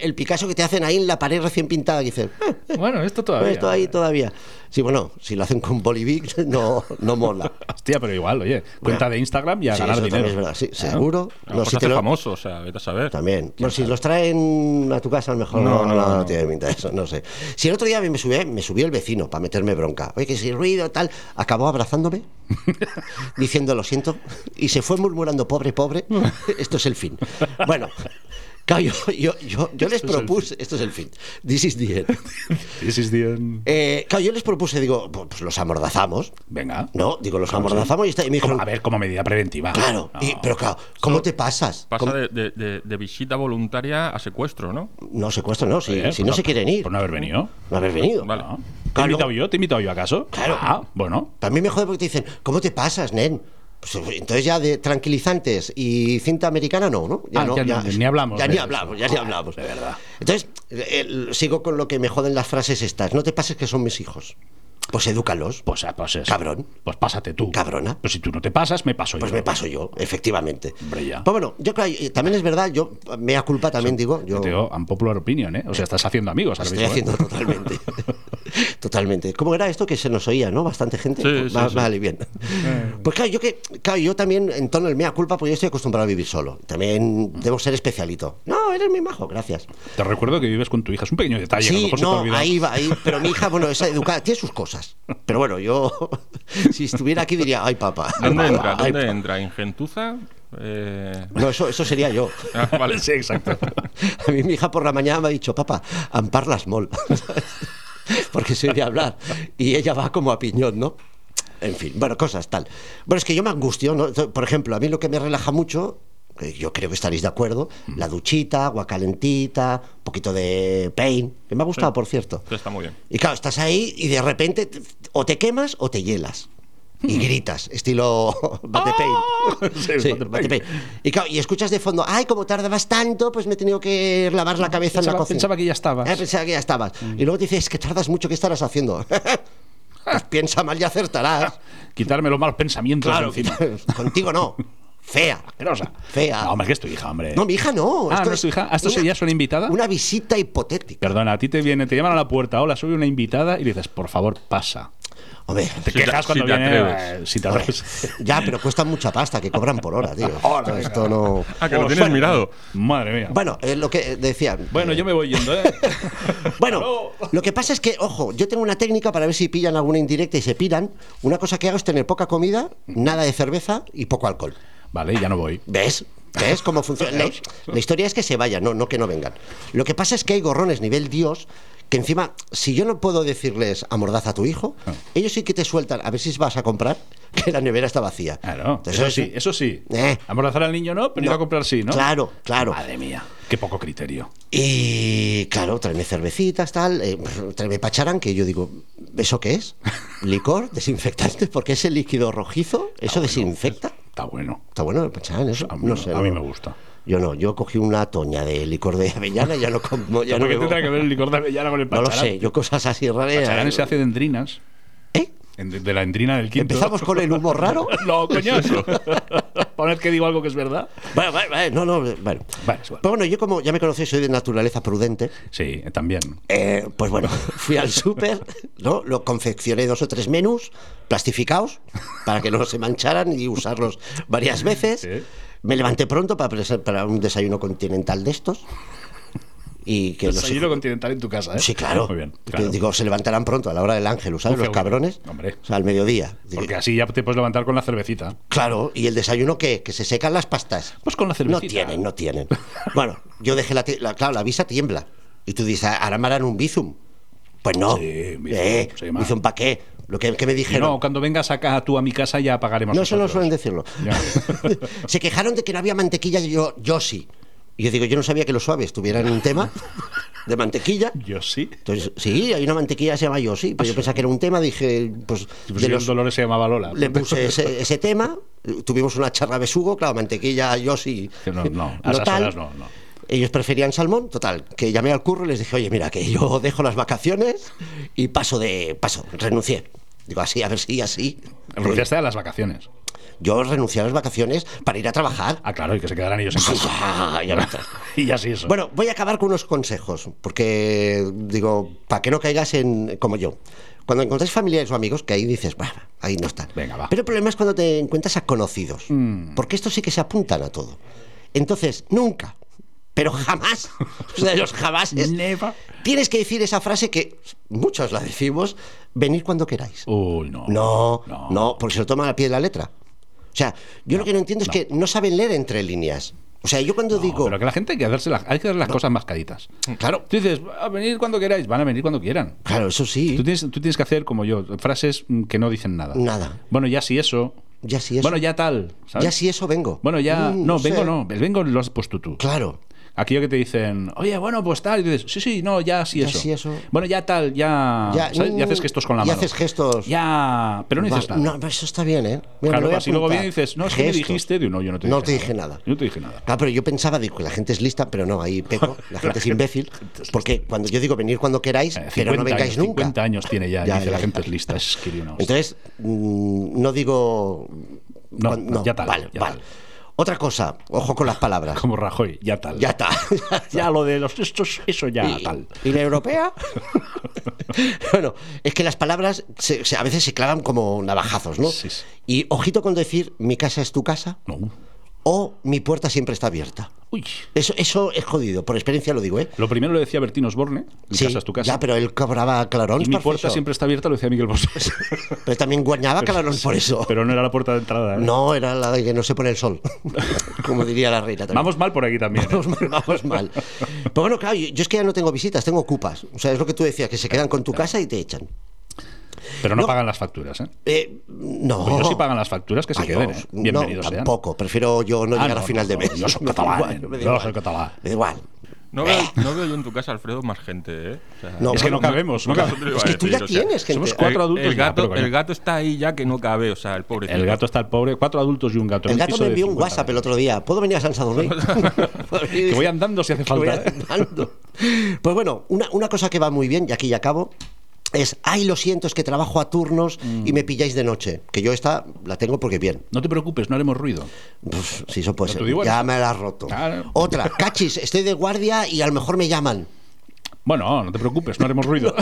[SPEAKER 1] El Picasso que te hacen ahí en la pared recién pintada, que dices, "Ah,
[SPEAKER 3] Bueno, esto todavía.
[SPEAKER 1] esto ahí todavía. Sí, bueno, si lo hacen con Bolivic, no, no mola.
[SPEAKER 3] Hostia, pero igual, oye, cuenta de Instagram y a
[SPEAKER 1] Sí,
[SPEAKER 3] ganar
[SPEAKER 1] eso también es
[SPEAKER 3] dinero.
[SPEAKER 1] verdad, sí,
[SPEAKER 3] Ah,
[SPEAKER 1] seguro.
[SPEAKER 2] A lo mejor
[SPEAKER 1] si
[SPEAKER 2] se
[SPEAKER 1] te
[SPEAKER 2] hace
[SPEAKER 1] lo-
[SPEAKER 2] famoso, o sea, vete a saber.
[SPEAKER 1] También. Bueno, si los traen a tu casa, a lo mejor no,
[SPEAKER 2] No,
[SPEAKER 1] no,
[SPEAKER 2] no, no.
[SPEAKER 1] tiene pinta de eso, no sé. Si el otro día me subió, me subió el vecino para meterme bronca. Oye, que si ruido, tal. Acabó abrazándome, diciendo lo siento, y se fue murmurando, pobre, pobre, esto es el fin. Bueno. claro, yo, yo- yo- yo les
[SPEAKER 3] Esto es el
[SPEAKER 1] propuse, esto es el fin, this is the end.
[SPEAKER 3] this is the end.
[SPEAKER 1] Eh, claro, yo les propuse, digo, pues los amordazamos,
[SPEAKER 3] Venga.
[SPEAKER 1] ¿no? Digo, los amordazamos y, está- y me dijeron,
[SPEAKER 3] Como- a ver, como medida preventiva.
[SPEAKER 1] claro,
[SPEAKER 3] No.
[SPEAKER 1] y- pero claro, ¿cómo te pasas?
[SPEAKER 2] Pasa
[SPEAKER 1] ¿Cómo-
[SPEAKER 2] de, de- de- de visita voluntaria a secuestro, ¿no?
[SPEAKER 1] No, secuestro no, si,
[SPEAKER 3] Oye,
[SPEAKER 1] si
[SPEAKER 3] por
[SPEAKER 1] no se quieren ir,
[SPEAKER 3] Por no haber venido.
[SPEAKER 1] no haber venido.
[SPEAKER 2] Vale.
[SPEAKER 3] No. ¿Te he
[SPEAKER 1] Claro.
[SPEAKER 3] invitado yo? ¿Te he invitado yo acaso?
[SPEAKER 1] Claro.
[SPEAKER 3] Ah, bueno.
[SPEAKER 1] También me jode porque te dicen, ¿cómo te pasas, nen? Pues, entonces ya de tranquilizantes y cinta americana no, ¿no?
[SPEAKER 3] Ah, ya ni- ni hablamos
[SPEAKER 1] Ya
[SPEAKER 3] de
[SPEAKER 1] ni
[SPEAKER 3] eso. Ah,
[SPEAKER 1] hablamos, ya ni hablamos.
[SPEAKER 3] De verdad.
[SPEAKER 1] Entonces, el- el- sigo con lo que me joden las frases estas. No te pases que son mis hijos. Pues edúcalos.
[SPEAKER 3] Pues, ah, pues eso.
[SPEAKER 1] Cabrón.
[SPEAKER 3] Pues pásate tú.
[SPEAKER 1] Cabrona.
[SPEAKER 3] Pues si tú no te pasas, me paso
[SPEAKER 1] Pues
[SPEAKER 3] yo.
[SPEAKER 1] me paso yo, efectivamente.
[SPEAKER 3] Hombre, ya.
[SPEAKER 1] Pero bueno, yo creo, y también es verdad, yo, mea culpa también digo, yo
[SPEAKER 3] Yo te digo, un popular opinion, ¿eh? O sea, estás haciendo amigos ahora
[SPEAKER 1] estoy
[SPEAKER 3] mismo, ¿eh?
[SPEAKER 1] haciendo totalmente. totalmente. ¿Cómo era esto que se nos oía, no? Bastante gente.
[SPEAKER 2] Sí, sí,
[SPEAKER 1] Va-
[SPEAKER 2] sí.
[SPEAKER 1] Vale, bien.
[SPEAKER 3] Eh.
[SPEAKER 1] Pues claro, yo que claro, yo también en tono el mea culpa, porque yo estoy acostumbrado a vivir solo. También debo ser especialito. No, eres mi majo, gracias.
[SPEAKER 3] Te recuerdo que vives con tu hija. Es un pequeño detalle. que a lo
[SPEAKER 1] Sí,
[SPEAKER 3] mejor se te ha
[SPEAKER 1] no,
[SPEAKER 3] olvidado.
[SPEAKER 1] ahí va, ahí. Pero mi hija, bueno, es educada, tiene sus cosas. Pero bueno, yo, si estuviera aquí diría, ay, papá. ay,
[SPEAKER 2] ¿Dónde
[SPEAKER 1] papá,
[SPEAKER 2] entra?
[SPEAKER 1] ay,
[SPEAKER 2] ¿Dónde
[SPEAKER 1] papá".
[SPEAKER 2] entra? ¿En gentuza? Eh,
[SPEAKER 1] No, eso, eso sería yo.
[SPEAKER 2] ah, vale.
[SPEAKER 3] Sí, exacto.
[SPEAKER 1] A mí mi hija por la mañana me ha dicho, papá, amparlas mol. Porque soy de hablar. Y ella va como a piñón, ¿no? En fin, bueno, cosas tal. Bueno, es que yo me angustio, ¿no? Por ejemplo, a mí lo que me relaja mucho, que yo creo que estaréis de acuerdo, la duchita, agua calentita, un poquito de pain, que me ha gustado, por cierto.
[SPEAKER 2] Esto está muy bien.
[SPEAKER 1] Y claro, estás ahí y de repente te- o te quemas o te hielas. Y gritas, estilo Bate Pain.
[SPEAKER 3] Mm. ¡Ah! Sí, Bate
[SPEAKER 1] Bate
[SPEAKER 3] Pain.
[SPEAKER 1] Pain. Y, claro, y escuchas de fondo, ay, como tardabas tanto, pues me he tenido que lavar la cabeza en la
[SPEAKER 3] Pensaba-
[SPEAKER 1] cocina.
[SPEAKER 3] pensaba que ya estabas. Mm.
[SPEAKER 1] Ah, pensaba que ya estabas. Y luego te dices, es que tardas mucho, ¿qué estarás haciendo? pues piensa mal y acertarás.
[SPEAKER 3] Quitarme los malos pensamientos de
[SPEAKER 1] claro,
[SPEAKER 3] encima.
[SPEAKER 1] contigo no. fea.
[SPEAKER 3] Asquerosa.
[SPEAKER 1] Fea.
[SPEAKER 3] No, hombre, que es tu hija, hombre.
[SPEAKER 1] No, mi hija no.
[SPEAKER 3] Ah,
[SPEAKER 1] Esto
[SPEAKER 3] ¿no es tu hija? ¿Ah, esto sería su invitada?
[SPEAKER 1] Una visita hipotética.
[SPEAKER 3] Perdona, a ti te viene, te llaman a la puerta, hola, soy una invitada, y le dices, por favor, pasa.
[SPEAKER 1] Hombre,
[SPEAKER 3] Te
[SPEAKER 2] Si
[SPEAKER 3] quejas
[SPEAKER 2] te-
[SPEAKER 3] cuando
[SPEAKER 2] si te
[SPEAKER 3] viene.
[SPEAKER 2] atreves.
[SPEAKER 3] eh, si te
[SPEAKER 1] hombre,
[SPEAKER 3] atreves.
[SPEAKER 1] ya, pero cuesta mucha pasta que cobran por hora, tío. Esto, esto no.
[SPEAKER 2] Ah, que lo tienes mirado.
[SPEAKER 3] Madre mía.
[SPEAKER 1] Bueno, eh, lo que decían.
[SPEAKER 3] Bueno, yo me voy yendo, ¿eh?
[SPEAKER 1] Bueno, lo que pasa es que, ojo, yo tengo una técnica para ver si pillan alguna indirecta y se piran. Una cosa que hago es tener poca comida, nada de cerveza y poco alcohol.
[SPEAKER 3] Vale, ya no voy.
[SPEAKER 1] ¿Ves? ¿Ves cómo funciona? La, la historia es que se vayan, no, no que no vengan. Lo que pasa es que hay gorrones nivel Dios que encima, si yo no puedo decirles amordaza a tu hijo,
[SPEAKER 3] Ah.
[SPEAKER 1] ellos sí que te sueltan a ver si vas a comprar que la nevera está vacía.
[SPEAKER 3] Claro,
[SPEAKER 1] Entonces,
[SPEAKER 3] eso
[SPEAKER 1] es-
[SPEAKER 3] sí, eso sí.
[SPEAKER 1] Eh.
[SPEAKER 3] Amordazar al niño no, pero
[SPEAKER 1] No.
[SPEAKER 3] iba a comprar sí, ¿no?
[SPEAKER 1] Claro, claro.
[SPEAKER 3] Madre mía, qué poco criterio.
[SPEAKER 1] Y claro, tráeme cervecitas, tal, eh, tráeme pacharán, que yo digo, ¿eso qué es? ¿Licor? ¿Desinfectante? Porque ese líquido rojizo, ¿eso desinfecta?
[SPEAKER 3] Está bueno.
[SPEAKER 1] Está bueno el pacharán, eso.
[SPEAKER 3] Ah, eh. A mí,
[SPEAKER 1] No sé.
[SPEAKER 3] a mí
[SPEAKER 1] no.
[SPEAKER 3] me gusta.
[SPEAKER 1] Yo no, yo cogí una toña de licor de avellana y ya no como, ya no
[SPEAKER 3] ¿Por qué
[SPEAKER 1] bebo.
[SPEAKER 3] tendrá que ver el licor de avellana con el
[SPEAKER 1] No lo
[SPEAKER 3] pacharán?
[SPEAKER 1] sé, yo cosas así raras.
[SPEAKER 3] Pacharán se hace de endrinas.
[SPEAKER 1] ¿Eh?
[SPEAKER 3] En- De la endrina del quinto.
[SPEAKER 1] ¿Empezamos con el humor raro?
[SPEAKER 3] No, coño. Poned que digo algo que es verdad.
[SPEAKER 1] Bueno, bueno, bueno, no, no, bueno.
[SPEAKER 3] Vale, es igual.
[SPEAKER 1] Pero bueno, yo como ya me conocéis, soy de naturaleza prudente.
[SPEAKER 3] Sí, eh, también.
[SPEAKER 1] Eh, pues bueno, fui al súper, ¿no? Lo confeccioné dos o tres menús plastificados para que no se mancharan y usarlos varias veces.
[SPEAKER 3] Sí.
[SPEAKER 1] Me levanté pronto para, presa- para un desayuno continental de estos. Y que los
[SPEAKER 3] Desayuno continental en tu casa, ¿eh?
[SPEAKER 1] Sí, claro.
[SPEAKER 3] Muy bien.
[SPEAKER 1] Que
[SPEAKER 3] claro.
[SPEAKER 1] Digo, se levantarán pronto a la hora del ángel, ¿sabes?
[SPEAKER 3] Uf,
[SPEAKER 1] Los cabrones.
[SPEAKER 3] hombre.
[SPEAKER 1] O sea, al mediodía. Digo,
[SPEAKER 3] Porque así ya te puedes levantar con la cervecita.
[SPEAKER 1] Claro, ¿y el desayuno qué? Que se secan las pastas.
[SPEAKER 3] Pues con la cervecita.
[SPEAKER 1] No tienen, no tienen. Bueno, yo dejé la, ti- la- Claro, la visa tiembla. Y tú dices, "Ah, ahora me harán un bizum. Pues no.
[SPEAKER 3] Sí, bizum,
[SPEAKER 1] Eh,
[SPEAKER 3] sí, ma.
[SPEAKER 1] ¿Bizum para qué? Lo que, que me
[SPEAKER 3] Que
[SPEAKER 1] dijeron.
[SPEAKER 3] no, cuando vengas acá tú a mi casa ya pagaremos.
[SPEAKER 1] No, eso no
[SPEAKER 3] nosotros.
[SPEAKER 1] suelen decirlo.
[SPEAKER 3] Ya.
[SPEAKER 1] Se quejaron de que no había mantequilla, y yo, yo sí. Y yo digo, yo no sabía que los suaves tuvieran un tema de mantequilla.
[SPEAKER 3] Yo sí.
[SPEAKER 1] Entonces, sí, hay una mantequilla que se llama yo, sí. Pero yo pensaba que era un tema, dije, pues,
[SPEAKER 3] Ah, Pues
[SPEAKER 1] de
[SPEAKER 3] yo
[SPEAKER 1] los
[SPEAKER 3] en Dolores se llamaba Lola.
[SPEAKER 1] le puse ese, ese tema, tuvimos una charla besugo, claro, mantequilla, yo sí.
[SPEAKER 3] Que no, no, a esas horas no, no.
[SPEAKER 1] Ellos preferían salmón, total, que llamé al curro y les dije, oye, mira, que yo dejo las vacaciones y paso de, paso, renuncié. Digo, así, a ver si así.
[SPEAKER 3] Renunciaste a las vacaciones.
[SPEAKER 1] Yo renuncié a las vacaciones para ir a trabajar.
[SPEAKER 3] Ah, claro, y que se quedaran ellos en casa.
[SPEAKER 1] Ay, ya me tra-
[SPEAKER 3] y así eso.
[SPEAKER 1] Bueno, voy a acabar con unos consejos, porque digo, para que no caigas en como yo. Cuando encontráis familiares o amigos, que ahí dices, "Bah, ahí no están.
[SPEAKER 3] Venga, va. Mm.
[SPEAKER 1] Pero el problema es cuando te encuentras a conocidos, porque estos sí que se apuntan a todo. Entonces, nunca, pero jamás, o sea, de los jamás,
[SPEAKER 3] Never.
[SPEAKER 1] tienes que decir esa frase que muchos la decimos, venir cuando queráis.
[SPEAKER 3] Uy, no.
[SPEAKER 1] No,
[SPEAKER 3] Oh, No.
[SPEAKER 1] no, porque se lo toman al pie de la letra. O sea, yo lo que no entiendo es que no saben leer entre líneas. O sea, yo cuando
[SPEAKER 3] No,
[SPEAKER 1] digo...
[SPEAKER 3] Pero que la gente hay que darse las, hay que dar las cosas mascaditas.
[SPEAKER 1] Claro,
[SPEAKER 3] Tú dices, a venir cuando queráis, van a venir cuando quieran.
[SPEAKER 1] claro, eso sí.
[SPEAKER 3] Tú tienes, tú tienes que hacer como yo, frases mm, que no dicen nada.
[SPEAKER 1] Nada.
[SPEAKER 3] Bueno, ya si eso.
[SPEAKER 1] Ya si eso.
[SPEAKER 3] Bueno, ya tal. ¿sabes?
[SPEAKER 1] ya si eso vengo.
[SPEAKER 3] Bueno, ya.
[SPEAKER 1] Mm,
[SPEAKER 3] no, vengo
[SPEAKER 1] sé.
[SPEAKER 3] no. El vengo lo has puesto tú.
[SPEAKER 1] Claro.
[SPEAKER 3] Aquello que te dicen, oye, bueno, pues tal. Y dices, sí, sí, no, ya sí
[SPEAKER 1] Ya
[SPEAKER 3] eso.
[SPEAKER 1] sí eso.
[SPEAKER 3] Bueno, ya tal, ya.
[SPEAKER 1] Ya,
[SPEAKER 3] ¿sabes? Y
[SPEAKER 1] mm,
[SPEAKER 3] haces gestos con la
[SPEAKER 1] y
[SPEAKER 3] mano.
[SPEAKER 1] haces gestos.
[SPEAKER 3] Ya. Pero no dices
[SPEAKER 1] Va-
[SPEAKER 3] nada.
[SPEAKER 1] no, eso está bien, ¿eh? Mira, me lo
[SPEAKER 3] claro,
[SPEAKER 1] voy a
[SPEAKER 3] así luego
[SPEAKER 1] apuntar.
[SPEAKER 3] viene y dices, no, es que me
[SPEAKER 1] Gestos.
[SPEAKER 3] dijiste. Digo, no, yo no te dije
[SPEAKER 1] No
[SPEAKER 3] nada.
[SPEAKER 1] te dije nada.
[SPEAKER 3] Yo no te dije nada.
[SPEAKER 1] Claro, pero yo pensaba, digo, la gente es lista, pero no, ahí peco, la gente es imbécil, porque cuando yo digo venir cuando queráis,
[SPEAKER 3] Eh,
[SPEAKER 1] pero no
[SPEAKER 3] 50
[SPEAKER 1] vengáis
[SPEAKER 3] años,
[SPEAKER 1] nunca.
[SPEAKER 3] 50 años tiene ya,
[SPEAKER 1] Ya,
[SPEAKER 3] dice
[SPEAKER 1] ya,
[SPEAKER 3] la
[SPEAKER 1] ya.
[SPEAKER 3] gente es lista, es que una hostia.
[SPEAKER 1] Entonces, mm, no digo...
[SPEAKER 3] No,
[SPEAKER 1] cuan-
[SPEAKER 3] ya tal,
[SPEAKER 1] Vale,
[SPEAKER 3] ya
[SPEAKER 1] vale.
[SPEAKER 3] tal.
[SPEAKER 1] Otra cosa, ojo con las palabras.
[SPEAKER 3] Como Rajoy, ya tal.
[SPEAKER 1] Ya está.
[SPEAKER 3] Ya lo de los estos, eso ya
[SPEAKER 1] y,
[SPEAKER 3] tal.
[SPEAKER 1] y la europea? bueno, es que las palabras se- se- a veces se clavan como navajazos, ¿no?
[SPEAKER 3] Sí, sí.
[SPEAKER 1] Y ojito con decir mi casa es tu casa
[SPEAKER 3] No.
[SPEAKER 1] o mi puerta siempre está abierta.
[SPEAKER 3] Uy.
[SPEAKER 1] Eso, eso es jodido, por experiencia lo digo, ¿eh?
[SPEAKER 3] Lo primero lo decía Bertín Osborne, mi
[SPEAKER 1] Sí,
[SPEAKER 3] casa es tu casa.
[SPEAKER 1] Ya, pero él cobraba clarón.
[SPEAKER 3] y mi puerta siempre está abierta, lo decía Miguel Bosé.
[SPEAKER 1] Pero también guañaba clarón por eso.
[SPEAKER 3] pero no era la puerta de entrada. ¿eh?
[SPEAKER 1] No, era la de que no se pone el sol, como diría la reina. también.
[SPEAKER 3] Vamos mal por aquí también. ¿eh?
[SPEAKER 1] Vamos mal, vamos mal. Pero bueno, claro, yo, yo es que ya no tengo visitas, tengo cupas. O sea, es lo que tú decías, que se quedan con tu casa y te echan.
[SPEAKER 3] Pero no,
[SPEAKER 1] No.
[SPEAKER 3] pagan las facturas. ¿eh?
[SPEAKER 1] Eh, no.
[SPEAKER 3] Pues yo sí pagan las facturas, que se
[SPEAKER 1] Ay,
[SPEAKER 3] queden.
[SPEAKER 1] no,
[SPEAKER 3] ¿eh? Bienvenidos
[SPEAKER 1] no,
[SPEAKER 3] sean.
[SPEAKER 1] tampoco. Prefiero yo no
[SPEAKER 3] Ah,
[SPEAKER 1] llegar
[SPEAKER 3] no,
[SPEAKER 1] a final
[SPEAKER 3] no,
[SPEAKER 1] de
[SPEAKER 3] no,
[SPEAKER 1] mes.
[SPEAKER 3] yo soy
[SPEAKER 1] Me da
[SPEAKER 3] catalán,
[SPEAKER 1] igual,
[SPEAKER 3] eh,
[SPEAKER 1] me da
[SPEAKER 3] yo
[SPEAKER 1] igual.
[SPEAKER 3] soy catalán.
[SPEAKER 1] Me da igual.
[SPEAKER 2] No veo, no veo yo en tu casa, Alfredo, más gente, ¿eh? O sea,
[SPEAKER 1] Eh. No,
[SPEAKER 3] Es que no
[SPEAKER 1] bueno,
[SPEAKER 3] cabemos. No cabemos.
[SPEAKER 1] Es que tú ya tienes, gente.
[SPEAKER 3] somos cuatro
[SPEAKER 2] el-
[SPEAKER 3] adultos
[SPEAKER 2] El
[SPEAKER 3] ya,
[SPEAKER 2] gato,
[SPEAKER 3] pero coño.
[SPEAKER 2] el gato está ahí ya que no cabe, o sea, el pobre.
[SPEAKER 3] El gato está el pobre. Cuatro adultos y un gato. en
[SPEAKER 1] El
[SPEAKER 3] un
[SPEAKER 1] gato
[SPEAKER 3] piso
[SPEAKER 1] me
[SPEAKER 3] de
[SPEAKER 1] envió un
[SPEAKER 3] 50
[SPEAKER 1] WhatsApp el
[SPEAKER 3] metros.
[SPEAKER 1] otro día. ¿Puedo venir a San Sadurní?
[SPEAKER 3] Que voy andando si hace falta. ¿eh?
[SPEAKER 1] andando. Pues bueno, una, una cosa que va muy bien, y aquí ya acabo, es, ay, lo siento, es que trabajo a turnos
[SPEAKER 3] Mm.
[SPEAKER 1] y me pilláis de noche. Que yo esta la tengo porque bien.
[SPEAKER 3] No te preocupes, no haremos ruido.
[SPEAKER 1] Pues, si eso puede
[SPEAKER 3] Pero
[SPEAKER 1] ser.
[SPEAKER 3] tú Ah, igual.
[SPEAKER 1] Ya me la has roto.
[SPEAKER 3] Claro.
[SPEAKER 1] Otra, cachis, estoy de guardia y a lo mejor me llaman.
[SPEAKER 3] Bueno, no te preocupes, no haremos ruido.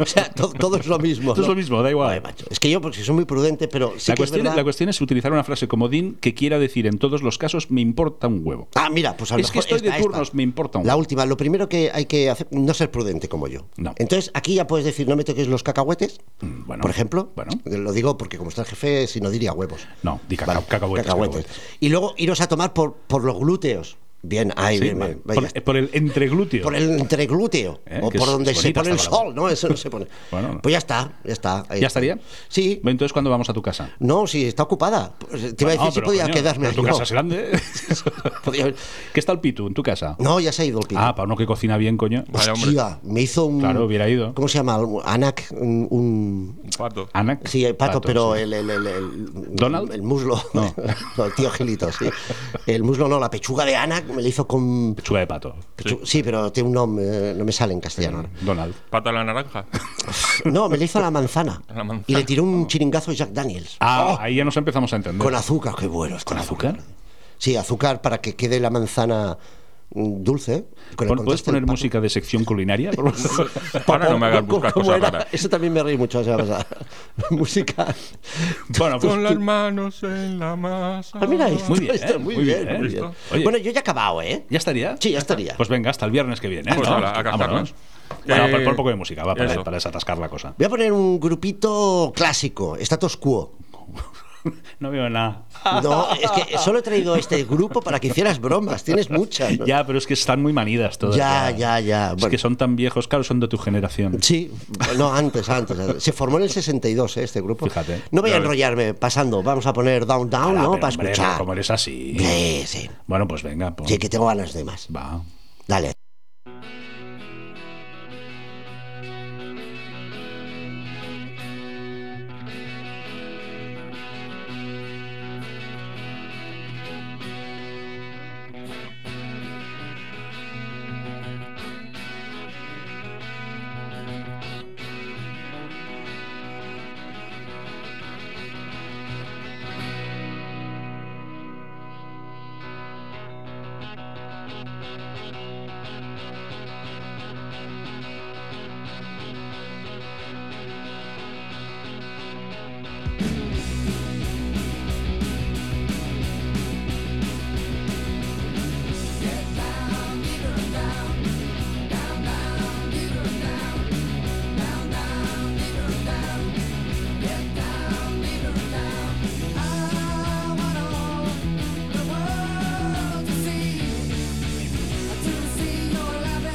[SPEAKER 1] O sea, to- todo es lo mismo.
[SPEAKER 3] Esto es
[SPEAKER 1] ¿no?
[SPEAKER 3] lo mismo, da igual.
[SPEAKER 1] Joder, macho. Es que yo, porque soy muy prudente, pero sí que
[SPEAKER 3] la,
[SPEAKER 1] es
[SPEAKER 3] cuestión,
[SPEAKER 1] verdad-
[SPEAKER 3] la cuestión es utilizar una frase comodín que quiera decir en todos los casos me importa un huevo.
[SPEAKER 1] Ah, mira, pues a lo
[SPEAKER 3] Es que
[SPEAKER 1] mejor
[SPEAKER 3] estoy de
[SPEAKER 1] esta, esta.
[SPEAKER 3] turnos, me importa un
[SPEAKER 1] La
[SPEAKER 3] huevo.
[SPEAKER 1] última, lo primero que hay que hacer, no ser prudente como yo.
[SPEAKER 3] No.
[SPEAKER 1] Entonces, aquí ya puedes decir, no me toques los cacahuetes,
[SPEAKER 3] Mm, bueno,
[SPEAKER 1] por ejemplo.
[SPEAKER 3] bueno.
[SPEAKER 1] Lo digo porque como está el jefe, si no diría huevos.
[SPEAKER 3] No, di caca-
[SPEAKER 1] Vale,
[SPEAKER 3] cacahuetes,
[SPEAKER 1] cacahuetes.
[SPEAKER 3] cacahuetes.
[SPEAKER 1] Y luego iros a tomar por, por los glúteos. Bien, ahí,
[SPEAKER 3] Sí,
[SPEAKER 1] bien,
[SPEAKER 3] vale.
[SPEAKER 1] bien,
[SPEAKER 3] por,
[SPEAKER 1] ya está.
[SPEAKER 3] por el entreglúteo.
[SPEAKER 1] Por el entreglúteo,
[SPEAKER 3] Eh,
[SPEAKER 1] o
[SPEAKER 3] que
[SPEAKER 1] por
[SPEAKER 3] es-
[SPEAKER 1] donde
[SPEAKER 3] es
[SPEAKER 1] se
[SPEAKER 3] bonita
[SPEAKER 1] pone el
[SPEAKER 3] esta palabra.
[SPEAKER 1] sol, ¿no? Eso no se pone.
[SPEAKER 3] Bueno.
[SPEAKER 1] pues ya está, ya está. ahí
[SPEAKER 3] ¿Ya
[SPEAKER 1] está.
[SPEAKER 3] estaría?
[SPEAKER 1] Sí.
[SPEAKER 3] Bueno, Entonces, ¿cuándo vamos a tu casa?
[SPEAKER 1] No, sí, está ocupada. Pues, Te iba a decir
[SPEAKER 3] No,
[SPEAKER 1] si
[SPEAKER 3] pero,
[SPEAKER 1] podía
[SPEAKER 3] coño,
[SPEAKER 1] quedarme
[SPEAKER 3] pero
[SPEAKER 1] ahí.
[SPEAKER 3] Tu
[SPEAKER 1] No,
[SPEAKER 3] casa es grande.
[SPEAKER 1] podía haber-
[SPEAKER 3] ¿Qué está el pitu en tu casa?
[SPEAKER 1] No, ya se ha ido el pico.
[SPEAKER 3] Ah, para uno que cocina bien, coño.
[SPEAKER 1] Mm.
[SPEAKER 2] Vale, hombre.
[SPEAKER 1] Hostia, me hizo un.
[SPEAKER 3] Claro, hubiera ido.
[SPEAKER 1] ¿Cómo se llama? Un Anac. Un, un-
[SPEAKER 2] Un pato.
[SPEAKER 3] Ana.
[SPEAKER 1] Sí, el pato, pero
[SPEAKER 3] sí.
[SPEAKER 1] el, el, el- el-
[SPEAKER 3] ¿Donald?
[SPEAKER 1] El muslo.
[SPEAKER 3] No.
[SPEAKER 1] No, el tío Gilito, sí. El muslo no, la pechuga de Anac me la hizo con.
[SPEAKER 3] Pechuga de pato.
[SPEAKER 1] pechu- Sí, pero tiene un nombre, no me sale en castellano. ahora.
[SPEAKER 3] Donald.
[SPEAKER 2] Pata a la naranja.
[SPEAKER 1] No, me la hizo a la manzana.
[SPEAKER 2] A la manzana.
[SPEAKER 1] Y le tiró un chiringazo de Jack Daniels.
[SPEAKER 3] Ah, ahí ya nos empezamos a entender.
[SPEAKER 1] Oh. Con azúcar, qué bueno. está.
[SPEAKER 3] ¿Con azúcar?
[SPEAKER 1] Sí, azúcar para que quede la manzana mm, dulce. con el
[SPEAKER 3] Pon- ¿Puedes
[SPEAKER 1] contraste del
[SPEAKER 3] poner
[SPEAKER 1] pato.
[SPEAKER 3] música de sección culinaria? por favor?
[SPEAKER 2] Ahora no me hagas
[SPEAKER 1] ¿Cómo-
[SPEAKER 2] buscar
[SPEAKER 1] cómo
[SPEAKER 2] cosas
[SPEAKER 1] era?
[SPEAKER 2] raras.
[SPEAKER 1] Eso también me reí mucho la semana pasada. Música.
[SPEAKER 3] bueno, pues
[SPEAKER 2] Con las manos en la masa.
[SPEAKER 1] Ah, mira, esto,
[SPEAKER 3] Muy bien,
[SPEAKER 1] esto,
[SPEAKER 3] ¿eh?
[SPEAKER 1] muy,
[SPEAKER 3] Muy
[SPEAKER 1] bien,
[SPEAKER 3] bien,
[SPEAKER 1] muy
[SPEAKER 3] ¿eh?
[SPEAKER 1] bien.
[SPEAKER 3] Oye.
[SPEAKER 1] Bueno, yo ya he acabado, ¿eh?
[SPEAKER 3] ¿Ya estaría?
[SPEAKER 1] Sí, ya estaría.
[SPEAKER 3] Pues venga, hasta el viernes que viene.
[SPEAKER 2] Pues
[SPEAKER 3] ¿no?
[SPEAKER 2] ala, a cazarla.
[SPEAKER 3] Vámonos.
[SPEAKER 2] Que-
[SPEAKER 3] Bueno, pon un poco de música, va, para,
[SPEAKER 2] Eso.
[SPEAKER 3] para desatascar la cosa.
[SPEAKER 1] Voy a poner un grupito clásico, status quo.
[SPEAKER 3] No veo nada.
[SPEAKER 1] No, es que solo he traído este grupo para que hicieras bromas, tienes muchas. ¿no?
[SPEAKER 3] Ya, pero es que están muy manidas todas.
[SPEAKER 1] Ya, ya, ya,
[SPEAKER 3] Es
[SPEAKER 1] Ah, bueno.
[SPEAKER 3] que son tan viejos, claro, son de tu generación.
[SPEAKER 1] Sí, no, antes, antes. antes. Se formó en el 62 ¿eh? este grupo.
[SPEAKER 3] Fíjate.
[SPEAKER 1] No voy a
[SPEAKER 3] Ya ves.
[SPEAKER 1] enrollarme pasando, vamos a poner Down Down,
[SPEAKER 3] Ala,
[SPEAKER 1] ¿no?
[SPEAKER 3] pero,
[SPEAKER 1] Para
[SPEAKER 3] hombre,
[SPEAKER 1] escuchar.
[SPEAKER 3] Como eres así.
[SPEAKER 1] Sí, sí,
[SPEAKER 3] Bueno, pues venga. pon.
[SPEAKER 1] sí, que tengo ganas de más.
[SPEAKER 3] Va.
[SPEAKER 1] Dale.
[SPEAKER 4] I want all the world to see. To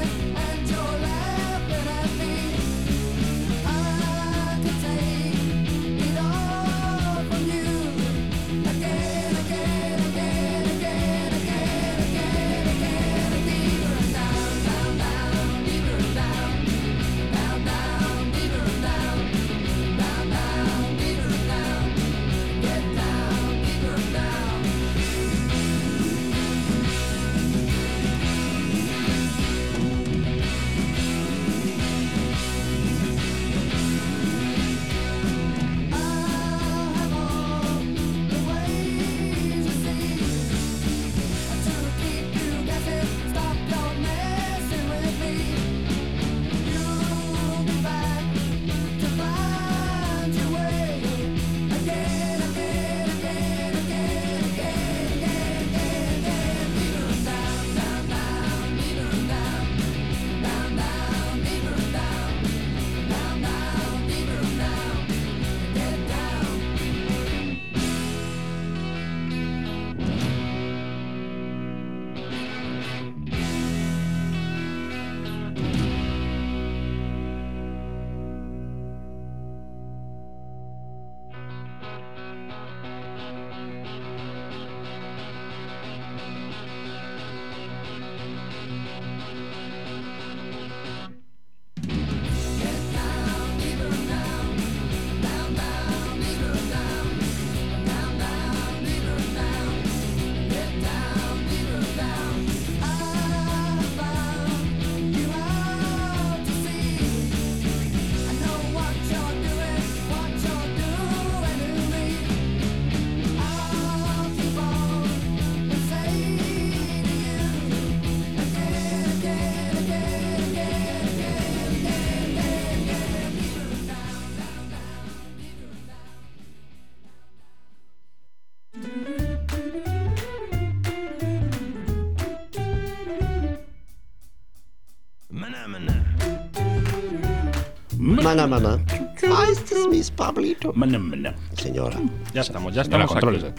[SPEAKER 1] Mana, mana. Ah, este es mis Pablito.
[SPEAKER 3] Mana, mana.
[SPEAKER 1] Señora.
[SPEAKER 2] Ya estamos, ya estamos
[SPEAKER 3] Señora,
[SPEAKER 2] aquí.
[SPEAKER 3] contrólese.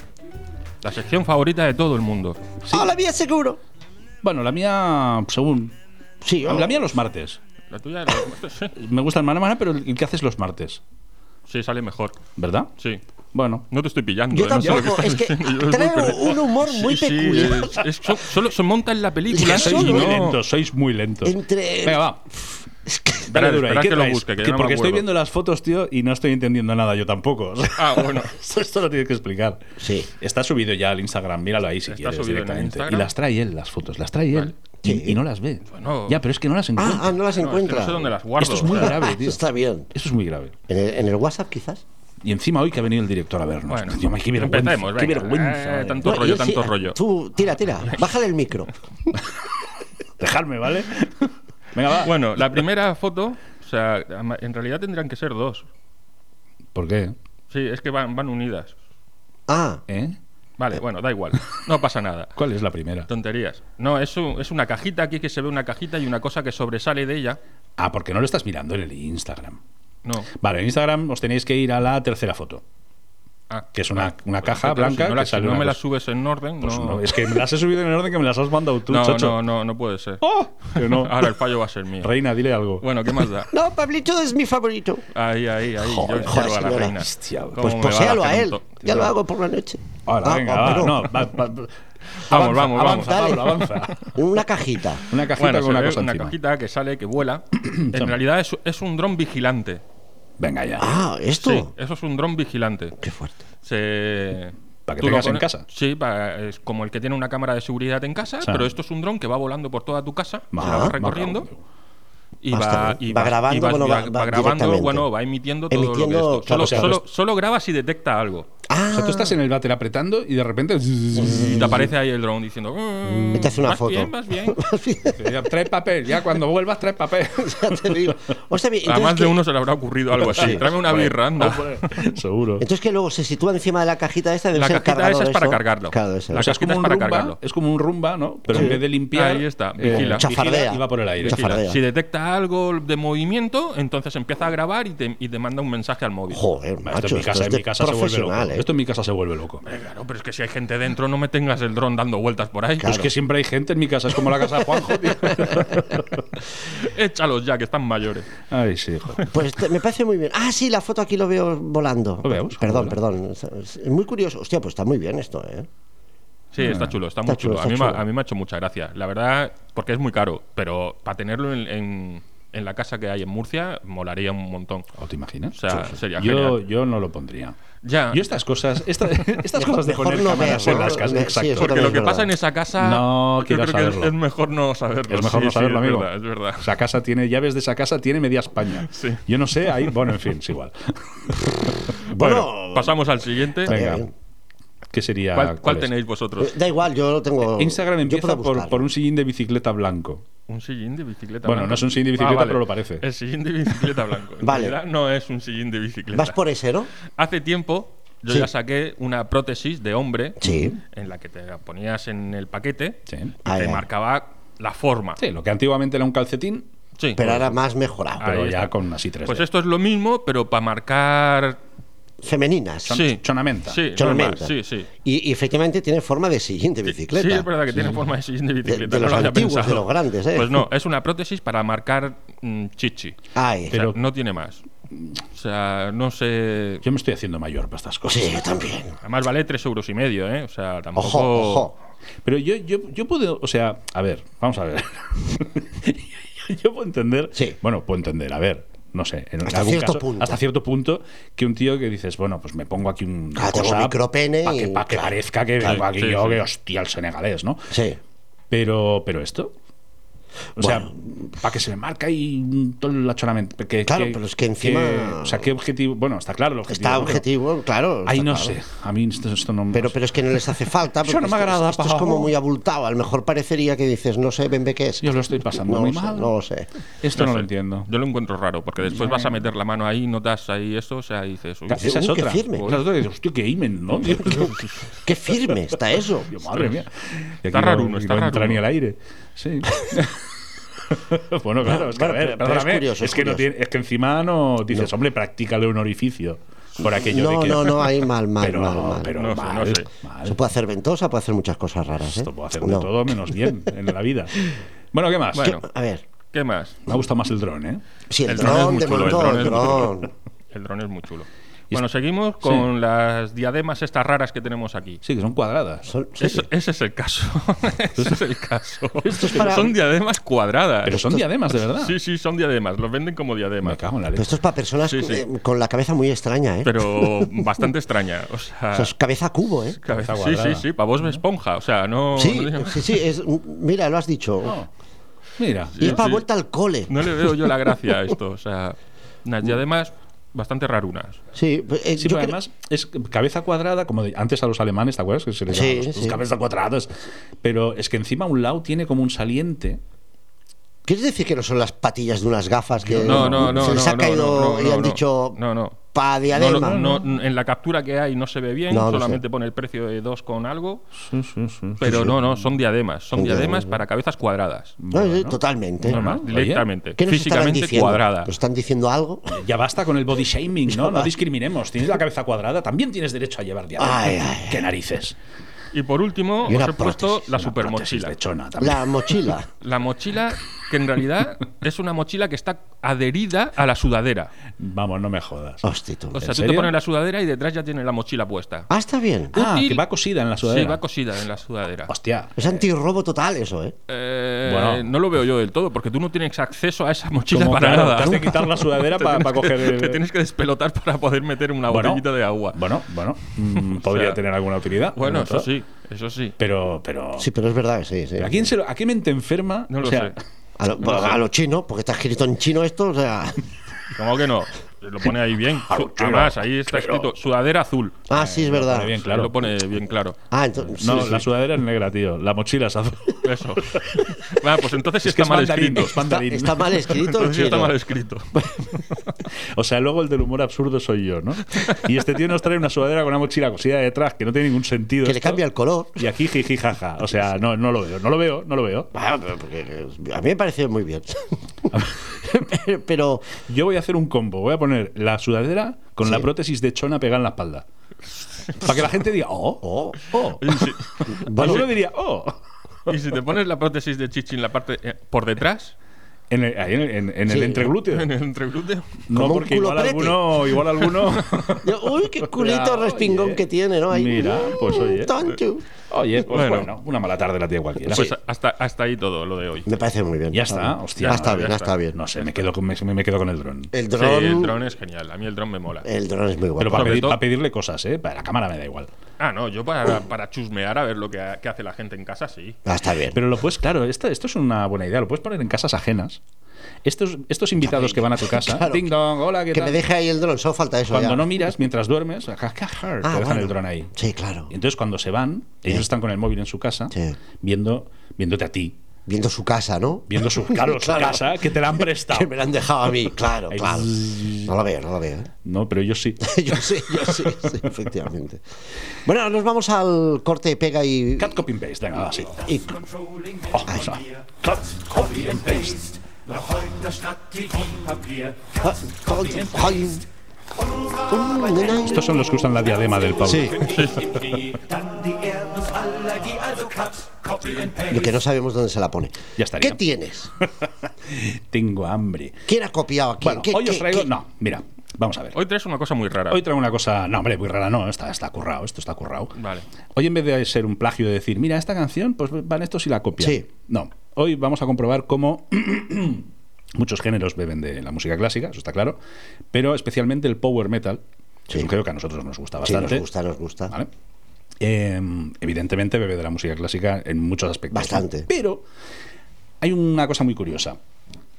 [SPEAKER 2] La sección favorita de todo el mundo.
[SPEAKER 1] Hola, bien Ah, seguro.
[SPEAKER 3] Bueno, la mía, según.
[SPEAKER 1] Sí,
[SPEAKER 3] Ah,
[SPEAKER 1] oh.
[SPEAKER 3] La mía los martes.
[SPEAKER 2] La tuya la- sí,
[SPEAKER 3] Me gusta el mana, mana, pero el que haces los martes,
[SPEAKER 2] sí, sale mejor.
[SPEAKER 3] ¿verdad?
[SPEAKER 2] Sí.
[SPEAKER 3] Bueno,
[SPEAKER 2] No te estoy pillando.
[SPEAKER 1] Yo
[SPEAKER 2] eh, no sé lo
[SPEAKER 1] tampoco, es
[SPEAKER 2] estás
[SPEAKER 1] que
[SPEAKER 2] diciendo, yo estoy
[SPEAKER 1] trae
[SPEAKER 2] perdido.
[SPEAKER 1] un humor muy
[SPEAKER 2] Sí, sí,
[SPEAKER 1] peculiar.
[SPEAKER 2] es- es- son- solo se monta en la película.
[SPEAKER 1] Es que
[SPEAKER 2] y
[SPEAKER 3] sois
[SPEAKER 1] solo-
[SPEAKER 3] muy
[SPEAKER 2] Ah, no-
[SPEAKER 3] lentos, sois muy lentos.
[SPEAKER 1] Entre-
[SPEAKER 3] Venga, va.
[SPEAKER 2] Esperad,
[SPEAKER 3] Dale duro ahí.
[SPEAKER 2] esperad
[SPEAKER 3] ¿Qué
[SPEAKER 2] que lo
[SPEAKER 3] traes?
[SPEAKER 2] busque, que
[SPEAKER 3] Que
[SPEAKER 2] ya no me
[SPEAKER 3] porque estoy
[SPEAKER 2] acuerdo.
[SPEAKER 3] viendo las fotos, tío, y no estoy entendiendo nada yo tampoco.
[SPEAKER 2] Ah, bueno.
[SPEAKER 3] esto, esto lo tienes que explicar.
[SPEAKER 1] Sí.
[SPEAKER 3] Está subido ya al Instagram, míralo ahí si
[SPEAKER 2] Está
[SPEAKER 3] quieres
[SPEAKER 2] subido en el
[SPEAKER 3] directamente. Y
[SPEAKER 2] Instagram.
[SPEAKER 3] las trae él, las fotos, las trae él. Y,
[SPEAKER 1] Sí.
[SPEAKER 3] y no las ve.
[SPEAKER 2] Bueno.
[SPEAKER 3] ya, pero es que no las encuentra.
[SPEAKER 1] Ah, ah, no las
[SPEAKER 2] No, es que
[SPEAKER 1] encuentra. Ah,
[SPEAKER 2] no sé dónde las guardo.
[SPEAKER 3] Esto es muy
[SPEAKER 2] o sea,
[SPEAKER 3] grave, tío.
[SPEAKER 1] Está bien.
[SPEAKER 3] Eso es muy grave.
[SPEAKER 1] ¿En el, en el WhatsApp, quizás?
[SPEAKER 3] Y encima hoy que ha venido el director a vernos.
[SPEAKER 2] Bueno,
[SPEAKER 3] Tío, qué vergüenza.
[SPEAKER 2] empecemos,
[SPEAKER 3] qué
[SPEAKER 2] venga.
[SPEAKER 3] vergüenza.
[SPEAKER 2] Eh, tanto-
[SPEAKER 1] y
[SPEAKER 2] rollo,
[SPEAKER 1] él sí- ah,
[SPEAKER 2] tanto rollo.
[SPEAKER 1] Tú, tira, tira. Bájale el micro.
[SPEAKER 3] Dejarme, ¿vale? Venga, va.
[SPEAKER 2] Bueno, la primera foto, o sea, ama- en realidad tendrían que ser dos.
[SPEAKER 3] ¿Por qué?
[SPEAKER 2] Sí, es que van, van unidas.
[SPEAKER 1] Ah,
[SPEAKER 3] ¿Eh?
[SPEAKER 2] Vale, bueno, da igual. No pasa nada.
[SPEAKER 3] ¿Cuál es la primera?
[SPEAKER 2] Tonterías. No, es, un- es una cajita aquí que se ve una cajita y una cosa que sobresale de ella.
[SPEAKER 3] Ah, porque no lo estás mirando en el Instagram.
[SPEAKER 2] No.
[SPEAKER 3] Vale, en Instagram os tenéis que ir a la tercera foto,
[SPEAKER 2] Ah.
[SPEAKER 3] que es una, una
[SPEAKER 2] Pues,
[SPEAKER 3] caja
[SPEAKER 2] claro,
[SPEAKER 3] blanca
[SPEAKER 2] Si no, la-
[SPEAKER 3] que
[SPEAKER 2] si
[SPEAKER 3] sale
[SPEAKER 2] no
[SPEAKER 3] una
[SPEAKER 2] me las
[SPEAKER 3] cosa.
[SPEAKER 2] subes en orden,
[SPEAKER 3] Pues
[SPEAKER 2] no.
[SPEAKER 3] no, es que me las he subido en el orden que me las has mandado tú,
[SPEAKER 2] no,
[SPEAKER 3] chacho.
[SPEAKER 2] no, no, no puede ser.
[SPEAKER 3] ¡Oh! Que no.
[SPEAKER 2] Ahora el fallo va a ser mío.
[SPEAKER 3] Reina, dile algo.
[SPEAKER 2] Bueno, ¿qué más da?
[SPEAKER 1] no, Pablito es mi favorito.
[SPEAKER 2] Ahí, ahí, ahí.
[SPEAKER 1] Joder,
[SPEAKER 2] yo
[SPEAKER 1] joder,
[SPEAKER 2] quiero a la
[SPEAKER 1] señora.
[SPEAKER 2] reina.
[SPEAKER 3] Hostia,
[SPEAKER 2] ¿Cómo
[SPEAKER 3] pues
[SPEAKER 2] me va a
[SPEAKER 1] Posealo
[SPEAKER 2] dar
[SPEAKER 1] a él.
[SPEAKER 2] tanto?
[SPEAKER 1] Ya lo hago por la noche.
[SPEAKER 3] Ahora,
[SPEAKER 1] Ah,
[SPEAKER 3] venga,
[SPEAKER 1] ah,
[SPEAKER 3] va,
[SPEAKER 1] pero-
[SPEAKER 3] no, va, va, va.
[SPEAKER 2] Vamos, vamos, vamos.
[SPEAKER 3] avanza,
[SPEAKER 1] Dale.
[SPEAKER 3] Pablo, avanza.
[SPEAKER 1] En una cajita.
[SPEAKER 3] Una cajita
[SPEAKER 2] Bueno,
[SPEAKER 3] con
[SPEAKER 2] se
[SPEAKER 3] una
[SPEAKER 2] ve
[SPEAKER 3] cosa
[SPEAKER 2] una
[SPEAKER 3] encima.
[SPEAKER 2] cajita que sale, que vuela. en realidad es, es un dron vigilante.
[SPEAKER 3] Venga ya.
[SPEAKER 1] Ah, ¿esto?
[SPEAKER 2] Sí, eso es un dron vigilante.
[SPEAKER 1] Qué fuerte.
[SPEAKER 2] Se...
[SPEAKER 3] Para que
[SPEAKER 2] tú lo
[SPEAKER 3] tengas en
[SPEAKER 2] pones-
[SPEAKER 3] casa.
[SPEAKER 2] Sí, para- es como el que tiene una cámara de seguridad en casa,
[SPEAKER 3] sea.
[SPEAKER 2] pero esto es un dron que va volando por toda tu casa, se
[SPEAKER 3] Va,
[SPEAKER 2] la va
[SPEAKER 3] va,
[SPEAKER 2] recorriendo
[SPEAKER 3] va.
[SPEAKER 2] y
[SPEAKER 1] Ah, está
[SPEAKER 2] va,
[SPEAKER 1] bien.
[SPEAKER 2] y
[SPEAKER 1] Va
[SPEAKER 2] vas- y
[SPEAKER 1] grabando,
[SPEAKER 2] vas-
[SPEAKER 1] bueno,
[SPEAKER 2] y
[SPEAKER 1] va-
[SPEAKER 2] va-
[SPEAKER 1] va
[SPEAKER 2] va grabando,
[SPEAKER 1] directamente.
[SPEAKER 2] bueno, va emitiendo todo
[SPEAKER 1] Emitiendo,
[SPEAKER 2] lo que
[SPEAKER 1] claro,
[SPEAKER 2] esto. solo,
[SPEAKER 1] o sea,
[SPEAKER 2] solo-
[SPEAKER 1] pues-
[SPEAKER 2] solo graba si detecta algo.
[SPEAKER 1] Ah,
[SPEAKER 3] O sea, tú estás en el váter apretando y de repente.
[SPEAKER 2] Y te aparece ahí el dron diciendo. "Mm,
[SPEAKER 1] Te hace una
[SPEAKER 2] vas
[SPEAKER 1] foto".
[SPEAKER 2] bien, vas bien.
[SPEAKER 3] Trae papel, ya cuando vuelvas, trae papel.
[SPEAKER 1] ya te digo. O sea, bien,
[SPEAKER 2] A más
[SPEAKER 1] entonces
[SPEAKER 2] de
[SPEAKER 1] que-
[SPEAKER 2] uno se le habrá ocurrido algo así.
[SPEAKER 1] Sí.
[SPEAKER 2] Tráeme una birra, anda.
[SPEAKER 3] Seguro.
[SPEAKER 1] Entonces que luego se sitúa encima de la cajita esta debe
[SPEAKER 2] La
[SPEAKER 1] ser el
[SPEAKER 2] cajita
[SPEAKER 1] cargador
[SPEAKER 2] esa es para
[SPEAKER 1] esto.
[SPEAKER 2] cargarlo.
[SPEAKER 1] Claro, ese.
[SPEAKER 2] La
[SPEAKER 3] O sea, es como
[SPEAKER 2] cajita es
[SPEAKER 3] un
[SPEAKER 2] para
[SPEAKER 3] rumba,
[SPEAKER 2] cargarlo.
[SPEAKER 3] es como un rumba, ¿no? Pero en vez de limpiar, eh,
[SPEAKER 2] Ahí está, vigila.
[SPEAKER 1] Chafardea.
[SPEAKER 3] y va por el aire.
[SPEAKER 1] Chafardea.
[SPEAKER 2] Mira, Si detecta algo de movimiento, entonces empieza a grabar y te, y te manda un mensaje al móvil.
[SPEAKER 1] Joder,
[SPEAKER 3] Esto
[SPEAKER 1] macho,
[SPEAKER 3] en mi casa, en
[SPEAKER 1] esto
[SPEAKER 3] mi
[SPEAKER 1] es
[SPEAKER 3] casa se vuelve loco.
[SPEAKER 1] profesional, ¿eh?
[SPEAKER 3] Esto en mi casa se vuelve loco.
[SPEAKER 2] Claro, pero es que si hay gente dentro, no me tengas el dron dando vueltas por ahí.
[SPEAKER 1] Claro.
[SPEAKER 3] Es que siempre hay gente en mi casa, es como la casa de Juanjo, tío.
[SPEAKER 2] Échalos ya, que están mayores.
[SPEAKER 3] Ay, sí, hijo.
[SPEAKER 1] Pues te- me parece muy bien. Ah, sí, la foto aquí lo veo volando.
[SPEAKER 3] Lo vemos,
[SPEAKER 1] perdón,
[SPEAKER 3] joder.
[SPEAKER 1] perdón. Es es muy curioso. Hostia, pues está muy bien esto, ¿eh?
[SPEAKER 2] Sí,
[SPEAKER 3] Ah,
[SPEAKER 2] está chulo, está, muy
[SPEAKER 1] Está chulo, está
[SPEAKER 2] chulo. a, mí me ha-
[SPEAKER 1] chulo.
[SPEAKER 2] a mí me ha hecho mucha gracia. La verdad, porque es muy caro, pero para tenerlo en, en- en la casa que hay en Murcia, molaría un montón.
[SPEAKER 3] ¿O te
[SPEAKER 2] O
[SPEAKER 3] imaginas?
[SPEAKER 2] sea, sería
[SPEAKER 3] Yo,
[SPEAKER 2] genial. Ah.
[SPEAKER 3] yo no lo pondría.
[SPEAKER 2] Ya,
[SPEAKER 3] Yo estas cosas, esta- estas
[SPEAKER 1] Mejor-
[SPEAKER 3] cosas de
[SPEAKER 1] mejor
[SPEAKER 3] poner
[SPEAKER 1] no
[SPEAKER 3] cámaras
[SPEAKER 1] verlo,
[SPEAKER 3] en las casas,
[SPEAKER 1] me- sí,
[SPEAKER 3] exacto.
[SPEAKER 1] eso
[SPEAKER 2] porque
[SPEAKER 1] también
[SPEAKER 2] lo
[SPEAKER 1] es
[SPEAKER 2] que
[SPEAKER 1] verdad.
[SPEAKER 2] pasa en esa casa,
[SPEAKER 3] No
[SPEAKER 2] yo
[SPEAKER 3] quiero
[SPEAKER 2] creo que es-
[SPEAKER 3] saberlo.
[SPEAKER 2] es mejor no saberlo.
[SPEAKER 3] es mejor
[SPEAKER 2] Sí,
[SPEAKER 3] no
[SPEAKER 2] sí,
[SPEAKER 3] saberlo,
[SPEAKER 2] es
[SPEAKER 3] amigo.
[SPEAKER 2] verdad, es verdad.
[SPEAKER 3] Esa casa tiene llaves de esa casa, tiene media España.
[SPEAKER 2] Sí.
[SPEAKER 3] Yo no sé, ahí, bueno, en fin, es igual.
[SPEAKER 1] Bueno,
[SPEAKER 2] Pasamos al siguiente.
[SPEAKER 1] Venga.
[SPEAKER 3] Venga. ¿Qué sería?
[SPEAKER 2] ¿Cuál, cuál
[SPEAKER 3] es?
[SPEAKER 2] tenéis
[SPEAKER 1] eh,
[SPEAKER 2] vosotros?
[SPEAKER 1] da igual, yo lo tengo.
[SPEAKER 3] Instagram
[SPEAKER 1] yo
[SPEAKER 3] empieza
[SPEAKER 1] puedo
[SPEAKER 3] por,
[SPEAKER 1] buscarlo.
[SPEAKER 3] por un sillín de bicicleta blanco.
[SPEAKER 2] ¿Un sillín de bicicleta
[SPEAKER 3] Bueno,
[SPEAKER 2] blanco? Ah,
[SPEAKER 3] no es un sillín de bicicleta, pero lo parece.
[SPEAKER 2] El sillín de bicicleta blanco. En
[SPEAKER 1] Vale.
[SPEAKER 2] realidad no es un sillín de bicicleta.
[SPEAKER 1] Vas por ese, ¿no?
[SPEAKER 2] Hace tiempo yo
[SPEAKER 1] Sí.
[SPEAKER 2] ya saqué una prótesis de hombre
[SPEAKER 1] Sí.
[SPEAKER 2] en la que te la ponías en el paquete
[SPEAKER 3] Sí.
[SPEAKER 2] y
[SPEAKER 1] Ay,
[SPEAKER 2] te
[SPEAKER 1] ay.
[SPEAKER 2] marcaba la forma.
[SPEAKER 3] Sí, lo que antiguamente era un calcetín,
[SPEAKER 2] Sí.
[SPEAKER 1] Pero ahora más mejorado.
[SPEAKER 2] Ah,
[SPEAKER 3] pero
[SPEAKER 2] Ahí
[SPEAKER 3] ya
[SPEAKER 2] está.
[SPEAKER 3] con así 3D.
[SPEAKER 2] Pues esto es lo mismo, pero para marcar...
[SPEAKER 1] Femeninas.
[SPEAKER 2] Son- Sí.
[SPEAKER 3] Chonamenta.
[SPEAKER 2] Sí, normal,
[SPEAKER 1] Solamente.
[SPEAKER 2] sí, sí.
[SPEAKER 1] Y, y efectivamente tiene forma de sillín de bicicleta.
[SPEAKER 2] Sí, es verdad que tiene forma de sillín de bicicleta.
[SPEAKER 1] de
[SPEAKER 2] no
[SPEAKER 1] los
[SPEAKER 2] lo había
[SPEAKER 1] antiguos, de
[SPEAKER 2] pensado.
[SPEAKER 1] los grandes, ¿eh?
[SPEAKER 2] Pues no, es una prótesis para marcar mm, chichi.
[SPEAKER 1] Ay,
[SPEAKER 2] O sea,
[SPEAKER 3] Pero-
[SPEAKER 2] no tiene más. O sea, no sé...
[SPEAKER 3] Yo me estoy haciendo mayor para estas cosas.
[SPEAKER 1] sí, yo también.
[SPEAKER 2] Además vale tres euros y medio, ¿eh? O sea, tampoco...
[SPEAKER 1] Ojo, ojo.
[SPEAKER 3] Pero yo, yo, yo puedo, o sea, a ver, vamos a ver. yo puedo entender.
[SPEAKER 1] Sí.
[SPEAKER 3] Bueno, puedo entender, a ver. No sé, en
[SPEAKER 1] Hasta
[SPEAKER 3] algún
[SPEAKER 1] cierto
[SPEAKER 3] caso,
[SPEAKER 1] punto.
[SPEAKER 3] hasta cierto punto, que un tío que dices, bueno, pues me pongo aquí un
[SPEAKER 1] Ah, tengo un micropene
[SPEAKER 3] para que,
[SPEAKER 1] y-
[SPEAKER 3] pa' que
[SPEAKER 1] claro.
[SPEAKER 3] parezca que
[SPEAKER 1] Claro,
[SPEAKER 3] vengo aquí
[SPEAKER 2] sí,
[SPEAKER 3] yo,
[SPEAKER 2] sí.
[SPEAKER 3] que hostia, el senegalés, ¿no?
[SPEAKER 1] Sí.
[SPEAKER 3] Pero, pero esto. O
[SPEAKER 1] Bueno.
[SPEAKER 3] sea, para que se me marca y todo el achoramiento. Que,
[SPEAKER 1] Claro, pero es que encima-
[SPEAKER 3] o sea, ¿qué objetivo? Bueno, está claro el objetivo.
[SPEAKER 1] Está
[SPEAKER 3] ¿no?
[SPEAKER 1] objetivo, claro.
[SPEAKER 3] Ahí
[SPEAKER 1] está
[SPEAKER 3] no
[SPEAKER 1] claro.
[SPEAKER 3] sé. A mí esto, esto no
[SPEAKER 1] Pero, pero es que no les hace falta.
[SPEAKER 3] Eso
[SPEAKER 1] porque
[SPEAKER 3] no me
[SPEAKER 1] esto-
[SPEAKER 3] agrada,
[SPEAKER 1] Esto es
[SPEAKER 3] pavo.
[SPEAKER 1] como muy abultado. A lo mejor parecería que dices, no sé, ven, ve qué es.
[SPEAKER 3] Yo lo estoy pasando
[SPEAKER 1] no
[SPEAKER 3] muy
[SPEAKER 1] lo sé,
[SPEAKER 3] mal.
[SPEAKER 1] No lo sé.
[SPEAKER 3] Esto no,
[SPEAKER 2] sé.
[SPEAKER 3] lo entiendo.
[SPEAKER 2] Yo lo encuentro raro, porque después vas a meter la mano ahí, notas ahí eso, o sea, y dices, uy,
[SPEAKER 3] Ca- Esa es
[SPEAKER 1] Uh, qué
[SPEAKER 3] otra.
[SPEAKER 1] firme.
[SPEAKER 3] Esa es otra que dices, hostia, qué imen, ¿no? Dios,
[SPEAKER 1] Qué firme está eso.
[SPEAKER 3] madre mía. Y aquí
[SPEAKER 2] Está raruno,
[SPEAKER 3] y
[SPEAKER 2] está
[SPEAKER 3] entra
[SPEAKER 2] raruno.
[SPEAKER 3] ni al aire. Sí. bueno, claro, es que, a
[SPEAKER 1] Bueno,
[SPEAKER 3] ver,
[SPEAKER 1] pero- pero
[SPEAKER 3] perdóname,
[SPEAKER 1] es curioso,
[SPEAKER 3] es
[SPEAKER 1] es
[SPEAKER 3] que no
[SPEAKER 1] curioso.
[SPEAKER 3] tiene- es que encima no dices, hombre, practícale un orificio por aquello de
[SPEAKER 1] No,
[SPEAKER 3] que
[SPEAKER 1] no, no, hay mal, mal,
[SPEAKER 3] pero,
[SPEAKER 1] mal, mal.
[SPEAKER 3] pero
[SPEAKER 2] No sé,
[SPEAKER 3] mal,
[SPEAKER 2] no sé.
[SPEAKER 3] mal.
[SPEAKER 1] Se puede hacer ventosa, puede hacer muchas cosas raras. ¿eh?
[SPEAKER 3] Esto puedo hacer de
[SPEAKER 1] No.
[SPEAKER 3] todo menos bien en la vida. Bueno, ¿qué más?
[SPEAKER 1] ¿Qué-
[SPEAKER 2] Bueno.
[SPEAKER 1] A ver,
[SPEAKER 2] ¿Qué más?
[SPEAKER 3] Me ha gustado más el dron, ¿eh?
[SPEAKER 1] sí, el,
[SPEAKER 2] El dron es
[SPEAKER 1] dron
[SPEAKER 2] muy
[SPEAKER 1] de
[SPEAKER 2] chulo, el
[SPEAKER 1] montón,
[SPEAKER 2] dron
[SPEAKER 1] el
[SPEAKER 2] es muy chulo.
[SPEAKER 1] dron.
[SPEAKER 2] El dron es muy chulo. Bueno, seguimos con las diademas estas raras que tenemos aquí.
[SPEAKER 3] Sí, que son cuadradas.
[SPEAKER 1] Son- sí,
[SPEAKER 2] Eso- ese es el caso. ese es el caso.
[SPEAKER 1] es para-
[SPEAKER 2] Son diademas cuadradas.
[SPEAKER 3] Pero son diademas, de verdad.
[SPEAKER 2] Sí, sí, son diademas. Los venden como
[SPEAKER 3] Me
[SPEAKER 2] diademas.
[SPEAKER 3] cago en la
[SPEAKER 1] Pero
[SPEAKER 3] leche.
[SPEAKER 1] esto es para personas
[SPEAKER 2] Sí, sí.
[SPEAKER 1] eh, con la cabeza muy extraña, ¿eh?
[SPEAKER 2] Pero ah. bastante extraña. O sea,
[SPEAKER 1] o sea, es cabeza cubo, ¿eh?
[SPEAKER 2] cabeza-
[SPEAKER 3] cabeza
[SPEAKER 2] sí,
[SPEAKER 3] cuadrada.
[SPEAKER 2] sí, sí. Para vos esponja. O sea, no.
[SPEAKER 1] Sí,
[SPEAKER 2] no-
[SPEAKER 1] sí, sí, es- mira, lo has dicho.
[SPEAKER 3] Oh, mira.
[SPEAKER 1] y es para
[SPEAKER 2] sí.
[SPEAKER 1] vuelta al cole.
[SPEAKER 2] No le veo yo la gracia a esto. O sea, unas diademas bastante rarunas.
[SPEAKER 1] Sí, eh,
[SPEAKER 3] Sí,
[SPEAKER 1] yo
[SPEAKER 3] pero
[SPEAKER 1] creo-
[SPEAKER 3] además es cabeza cuadrada, como de- antes a los alemanes, ¿te acuerdas? Que se les
[SPEAKER 1] Sí,
[SPEAKER 3] llamaban los, los
[SPEAKER 1] sí.
[SPEAKER 3] cabezas cuadradas. Pero es que encima un lado tiene como un saliente.
[SPEAKER 1] ¿Quieres decir que no son las patillas de unas gafas que
[SPEAKER 2] No, no, no.
[SPEAKER 1] se les
[SPEAKER 2] no,
[SPEAKER 1] ha
[SPEAKER 2] no,
[SPEAKER 1] caído
[SPEAKER 2] no, no,
[SPEAKER 1] y han
[SPEAKER 2] no.
[SPEAKER 1] dicho
[SPEAKER 2] No, no.
[SPEAKER 1] pa
[SPEAKER 2] No,
[SPEAKER 1] diadema?
[SPEAKER 2] no, no, en la captura que hay no se ve bien,
[SPEAKER 1] No, no
[SPEAKER 2] solamente
[SPEAKER 1] sé.
[SPEAKER 2] pone el precio de 2 con algo,
[SPEAKER 3] Sí, sí, sí.
[SPEAKER 2] pero no, no, son diademas, son
[SPEAKER 1] Son
[SPEAKER 2] diademas
[SPEAKER 1] diademas,
[SPEAKER 2] para cabezas cuadradas,
[SPEAKER 1] No, sí, totalmente.
[SPEAKER 3] No, no.
[SPEAKER 2] además,
[SPEAKER 3] oye.
[SPEAKER 2] directamente,
[SPEAKER 1] ¿Eh? ¿Qué nos estarán
[SPEAKER 2] físicamente
[SPEAKER 1] diciendo? Pues,
[SPEAKER 2] cuadrada.
[SPEAKER 1] ¿Nos están diciendo algo?
[SPEAKER 3] Ya basta con el body shaming, ¿no?
[SPEAKER 1] Ya
[SPEAKER 3] No
[SPEAKER 1] va.
[SPEAKER 3] discriminemos. Tienes la cabeza cuadrada, también tienes derecho a llevar diadema.
[SPEAKER 1] Ay, ay.
[SPEAKER 3] ¡Qué narices!
[SPEAKER 2] Y por último,
[SPEAKER 1] Y
[SPEAKER 2] os
[SPEAKER 1] una
[SPEAKER 2] he puesto
[SPEAKER 1] prótesis,
[SPEAKER 2] la
[SPEAKER 3] Una prótesis
[SPEAKER 2] supermochila.
[SPEAKER 3] de chona también.
[SPEAKER 1] La mochila.
[SPEAKER 2] La mochila que en realidad es una mochila que está adherida a la sudadera.
[SPEAKER 3] Vamos, no me jodas.
[SPEAKER 1] Hostia, tú.
[SPEAKER 2] O sea,
[SPEAKER 3] ¿En
[SPEAKER 2] tú te
[SPEAKER 3] serio?
[SPEAKER 2] pones la sudadera y detrás ya tienes la mochila puesta.
[SPEAKER 1] Ah, está bien.
[SPEAKER 3] ah,
[SPEAKER 2] útil.
[SPEAKER 3] que va cosida en la
[SPEAKER 2] Sí,
[SPEAKER 3] sudadera.
[SPEAKER 2] va cosida en la sudadera.
[SPEAKER 3] Hostia.
[SPEAKER 1] Es antirrobo total eso, ¿eh?
[SPEAKER 2] Eh,
[SPEAKER 3] Bueno.
[SPEAKER 2] No lo veo yo del todo, porque tú no tienes acceso a esa mochila
[SPEAKER 3] Como,
[SPEAKER 2] para
[SPEAKER 3] claro,
[SPEAKER 2] nada.
[SPEAKER 3] te has de quitar la sudadera
[SPEAKER 2] Te
[SPEAKER 3] para
[SPEAKER 2] tienes que-
[SPEAKER 3] coger el-
[SPEAKER 2] Te tienes que despelotar para poder meter una
[SPEAKER 3] Bueno,
[SPEAKER 2] botellita de agua.
[SPEAKER 3] Bueno, bueno. mm, podría
[SPEAKER 2] sea,
[SPEAKER 3] tener alguna utilidad.
[SPEAKER 2] Bueno,
[SPEAKER 3] ¿no?
[SPEAKER 2] eso sí, eso sí.
[SPEAKER 3] Pero, pero.
[SPEAKER 1] Sí, pero es verdad que sí. sí.
[SPEAKER 3] ¿A quién se lo, a qué mente enferma?
[SPEAKER 2] No
[SPEAKER 3] O
[SPEAKER 2] lo
[SPEAKER 3] sea,
[SPEAKER 2] sé.
[SPEAKER 1] A lo, pues, a lo chino, porque está escrito en chino esto, o sea.
[SPEAKER 2] ¿Cómo que no? Lo pone ahí bien.
[SPEAKER 3] Ah,
[SPEAKER 2] Su-
[SPEAKER 3] claro,
[SPEAKER 2] Además, ahí está
[SPEAKER 3] claro.
[SPEAKER 2] escrito sudadera azul.
[SPEAKER 1] Ah, sí, es verdad.
[SPEAKER 3] Está bien
[SPEAKER 2] Ahí
[SPEAKER 3] claro.
[SPEAKER 2] Lo pone bien claro.
[SPEAKER 1] Ah, entonces.
[SPEAKER 3] No,
[SPEAKER 1] sí, sí.
[SPEAKER 3] la sudadera es negra, tío. La mochila es azul.
[SPEAKER 2] Eso. Bueno, pues entonces sí
[SPEAKER 3] Es que
[SPEAKER 2] está
[SPEAKER 3] es
[SPEAKER 2] mal
[SPEAKER 3] mandarín,
[SPEAKER 2] escrito.
[SPEAKER 3] es mandarín.
[SPEAKER 1] Está mal escrito en
[SPEAKER 2] Entonces sí está
[SPEAKER 1] chino.
[SPEAKER 2] mal escrito.
[SPEAKER 3] O sea, luego el del humor absurdo soy yo, ¿no? Y este tío nos trae una sudadera con una mochila cosida detrás que no tiene ningún sentido.
[SPEAKER 1] Que le
[SPEAKER 3] esto.
[SPEAKER 1] cambia el color.
[SPEAKER 3] Y aquí jiji jaja. O sea, no, no lo veo, no lo veo, no lo veo.
[SPEAKER 1] Ah, pero porque a mí me parece muy bien. Pero- pero
[SPEAKER 3] Yo voy a hacer un combo. Voy a poner la sudadera con la prótesis de chona pegada en la espalda. Para que la gente diga, oh, oh, oh.
[SPEAKER 2] Y si,
[SPEAKER 1] Bueno.
[SPEAKER 3] Alguno diría, oh.
[SPEAKER 2] y si te pones la prótesis de chichi en la parte eh, por detrás,
[SPEAKER 3] En el, ahí en el- en- en el
[SPEAKER 1] Sí.
[SPEAKER 3] entreglúteo.
[SPEAKER 2] en el entreglúteo,
[SPEAKER 3] No,
[SPEAKER 1] Como un
[SPEAKER 3] porque igual
[SPEAKER 1] culoprete.
[SPEAKER 3] alguno, igual alguno.
[SPEAKER 1] Yo, Uy, qué culito
[SPEAKER 3] Ya, oye.
[SPEAKER 1] respingón que tiene, ¿no? Ahí, Mm,
[SPEAKER 3] Mira, pues oye.
[SPEAKER 1] Tonto.
[SPEAKER 3] Oye, pues
[SPEAKER 2] Bueno.
[SPEAKER 3] bueno. una mala tarde la tiene cualquiera.
[SPEAKER 2] pues hasta, hasta ahí todo lo de hoy.
[SPEAKER 1] Me parece muy bien.
[SPEAKER 3] Ya está,
[SPEAKER 1] bien.
[SPEAKER 3] hostia,
[SPEAKER 1] Ya está
[SPEAKER 3] ya
[SPEAKER 1] bien, ya está bien.
[SPEAKER 3] eh, no sé, me quedo con, me, me quedo con el dron. Eh.
[SPEAKER 1] El
[SPEAKER 2] Sí,
[SPEAKER 1] dron.
[SPEAKER 2] el dron es genial. A mí el dron me mola.
[SPEAKER 1] el dron es muy
[SPEAKER 3] Pero
[SPEAKER 1] guapo.
[SPEAKER 3] para,
[SPEAKER 2] Sobre
[SPEAKER 3] pedir-
[SPEAKER 2] todo-
[SPEAKER 3] para pedirle cosas, ¿eh? Para la cámara me da igual.
[SPEAKER 2] Ah, no, yo para, para chusmear a ver lo que, ha- que hace la gente en casa, sí.
[SPEAKER 1] Ah, está bien.
[SPEAKER 3] Pero lo puedes, claro, esta- esto es una buena idea, lo puedes poner en casas ajenas. Estos, estos invitados que van a tu casa,
[SPEAKER 1] Claro.
[SPEAKER 3] ding dong, hola, ¿qué
[SPEAKER 1] que
[SPEAKER 3] tal?
[SPEAKER 1] me deje ahí el dron, solo falta eso.
[SPEAKER 3] Cuando
[SPEAKER 1] ya.
[SPEAKER 3] no miras, mientras duermes, ja, ja, ja, te
[SPEAKER 1] Ah,
[SPEAKER 3] dejan
[SPEAKER 1] bueno.
[SPEAKER 3] el dron ahí.
[SPEAKER 1] Sí, claro.
[SPEAKER 3] Y entonces cuando se van, ellos
[SPEAKER 1] Sí.
[SPEAKER 3] están con el móvil en su casa,
[SPEAKER 1] Sí.
[SPEAKER 3] viendo, viéndote a ti,
[SPEAKER 1] Viendo su casa, ¿no?
[SPEAKER 3] viendo su, claro, su
[SPEAKER 1] Claro.
[SPEAKER 3] casa, que te la han prestado.
[SPEAKER 1] Que me la han dejado a mí, claro,
[SPEAKER 3] Ahí.
[SPEAKER 1] claro. No lo veo, no lo veo. ¿eh?
[SPEAKER 3] No, pero ellos sí.
[SPEAKER 1] Yo sí, yo sí, sí, efectivamente. Bueno, ahora nos vamos al corte, pega y.
[SPEAKER 3] Cat copy and paste, venga, va, sí.
[SPEAKER 1] y-
[SPEAKER 4] Controlling
[SPEAKER 3] Oh,
[SPEAKER 4] von
[SPEAKER 3] so.
[SPEAKER 4] mir.
[SPEAKER 3] Cut,
[SPEAKER 4] Copy and Paste. Noch heute Strategiepapier.
[SPEAKER 1] Ah,
[SPEAKER 4] Copy and
[SPEAKER 1] ay,
[SPEAKER 4] Paste. Unsere
[SPEAKER 3] Estos son los que usan la diadema del pavo.
[SPEAKER 1] Sí.
[SPEAKER 4] Nicht im Krieg. Dann die Erdnussallergie, also Cut, Copy and Paste.
[SPEAKER 1] Lo que no sabemos dónde se la pone.
[SPEAKER 3] Ya estaría.
[SPEAKER 1] ¿Qué tienes?
[SPEAKER 3] Tengo hambre.
[SPEAKER 1] ¿Quién ha copiado aquí?
[SPEAKER 3] Bueno, hoy os traigo. No, mira, vamos a ver.
[SPEAKER 2] Hoy traes una cosa muy rara.
[SPEAKER 3] Hoy traigo una cosa. No, hombre, muy rara, no. Está, está currado, esto está currado.
[SPEAKER 2] Vale.
[SPEAKER 3] Hoy, en vez de ser un plagio de decir, mira, esta canción, pues van estos y la copian.
[SPEAKER 1] Sí.
[SPEAKER 3] No. Hoy vamos a comprobar cómo. Muchos géneros beben de la música clásica, eso está claro, pero especialmente el power metal, que
[SPEAKER 1] Sí.
[SPEAKER 3] es un género que a nosotros nos gusta
[SPEAKER 1] Sí,
[SPEAKER 3] bastante.
[SPEAKER 1] nos gusta, nos gusta.
[SPEAKER 3] ¿vale? Eh, evidentemente bebe de la música clásica en muchos aspectos.
[SPEAKER 1] Bastante.
[SPEAKER 3] Pero hay una cosa muy curiosa.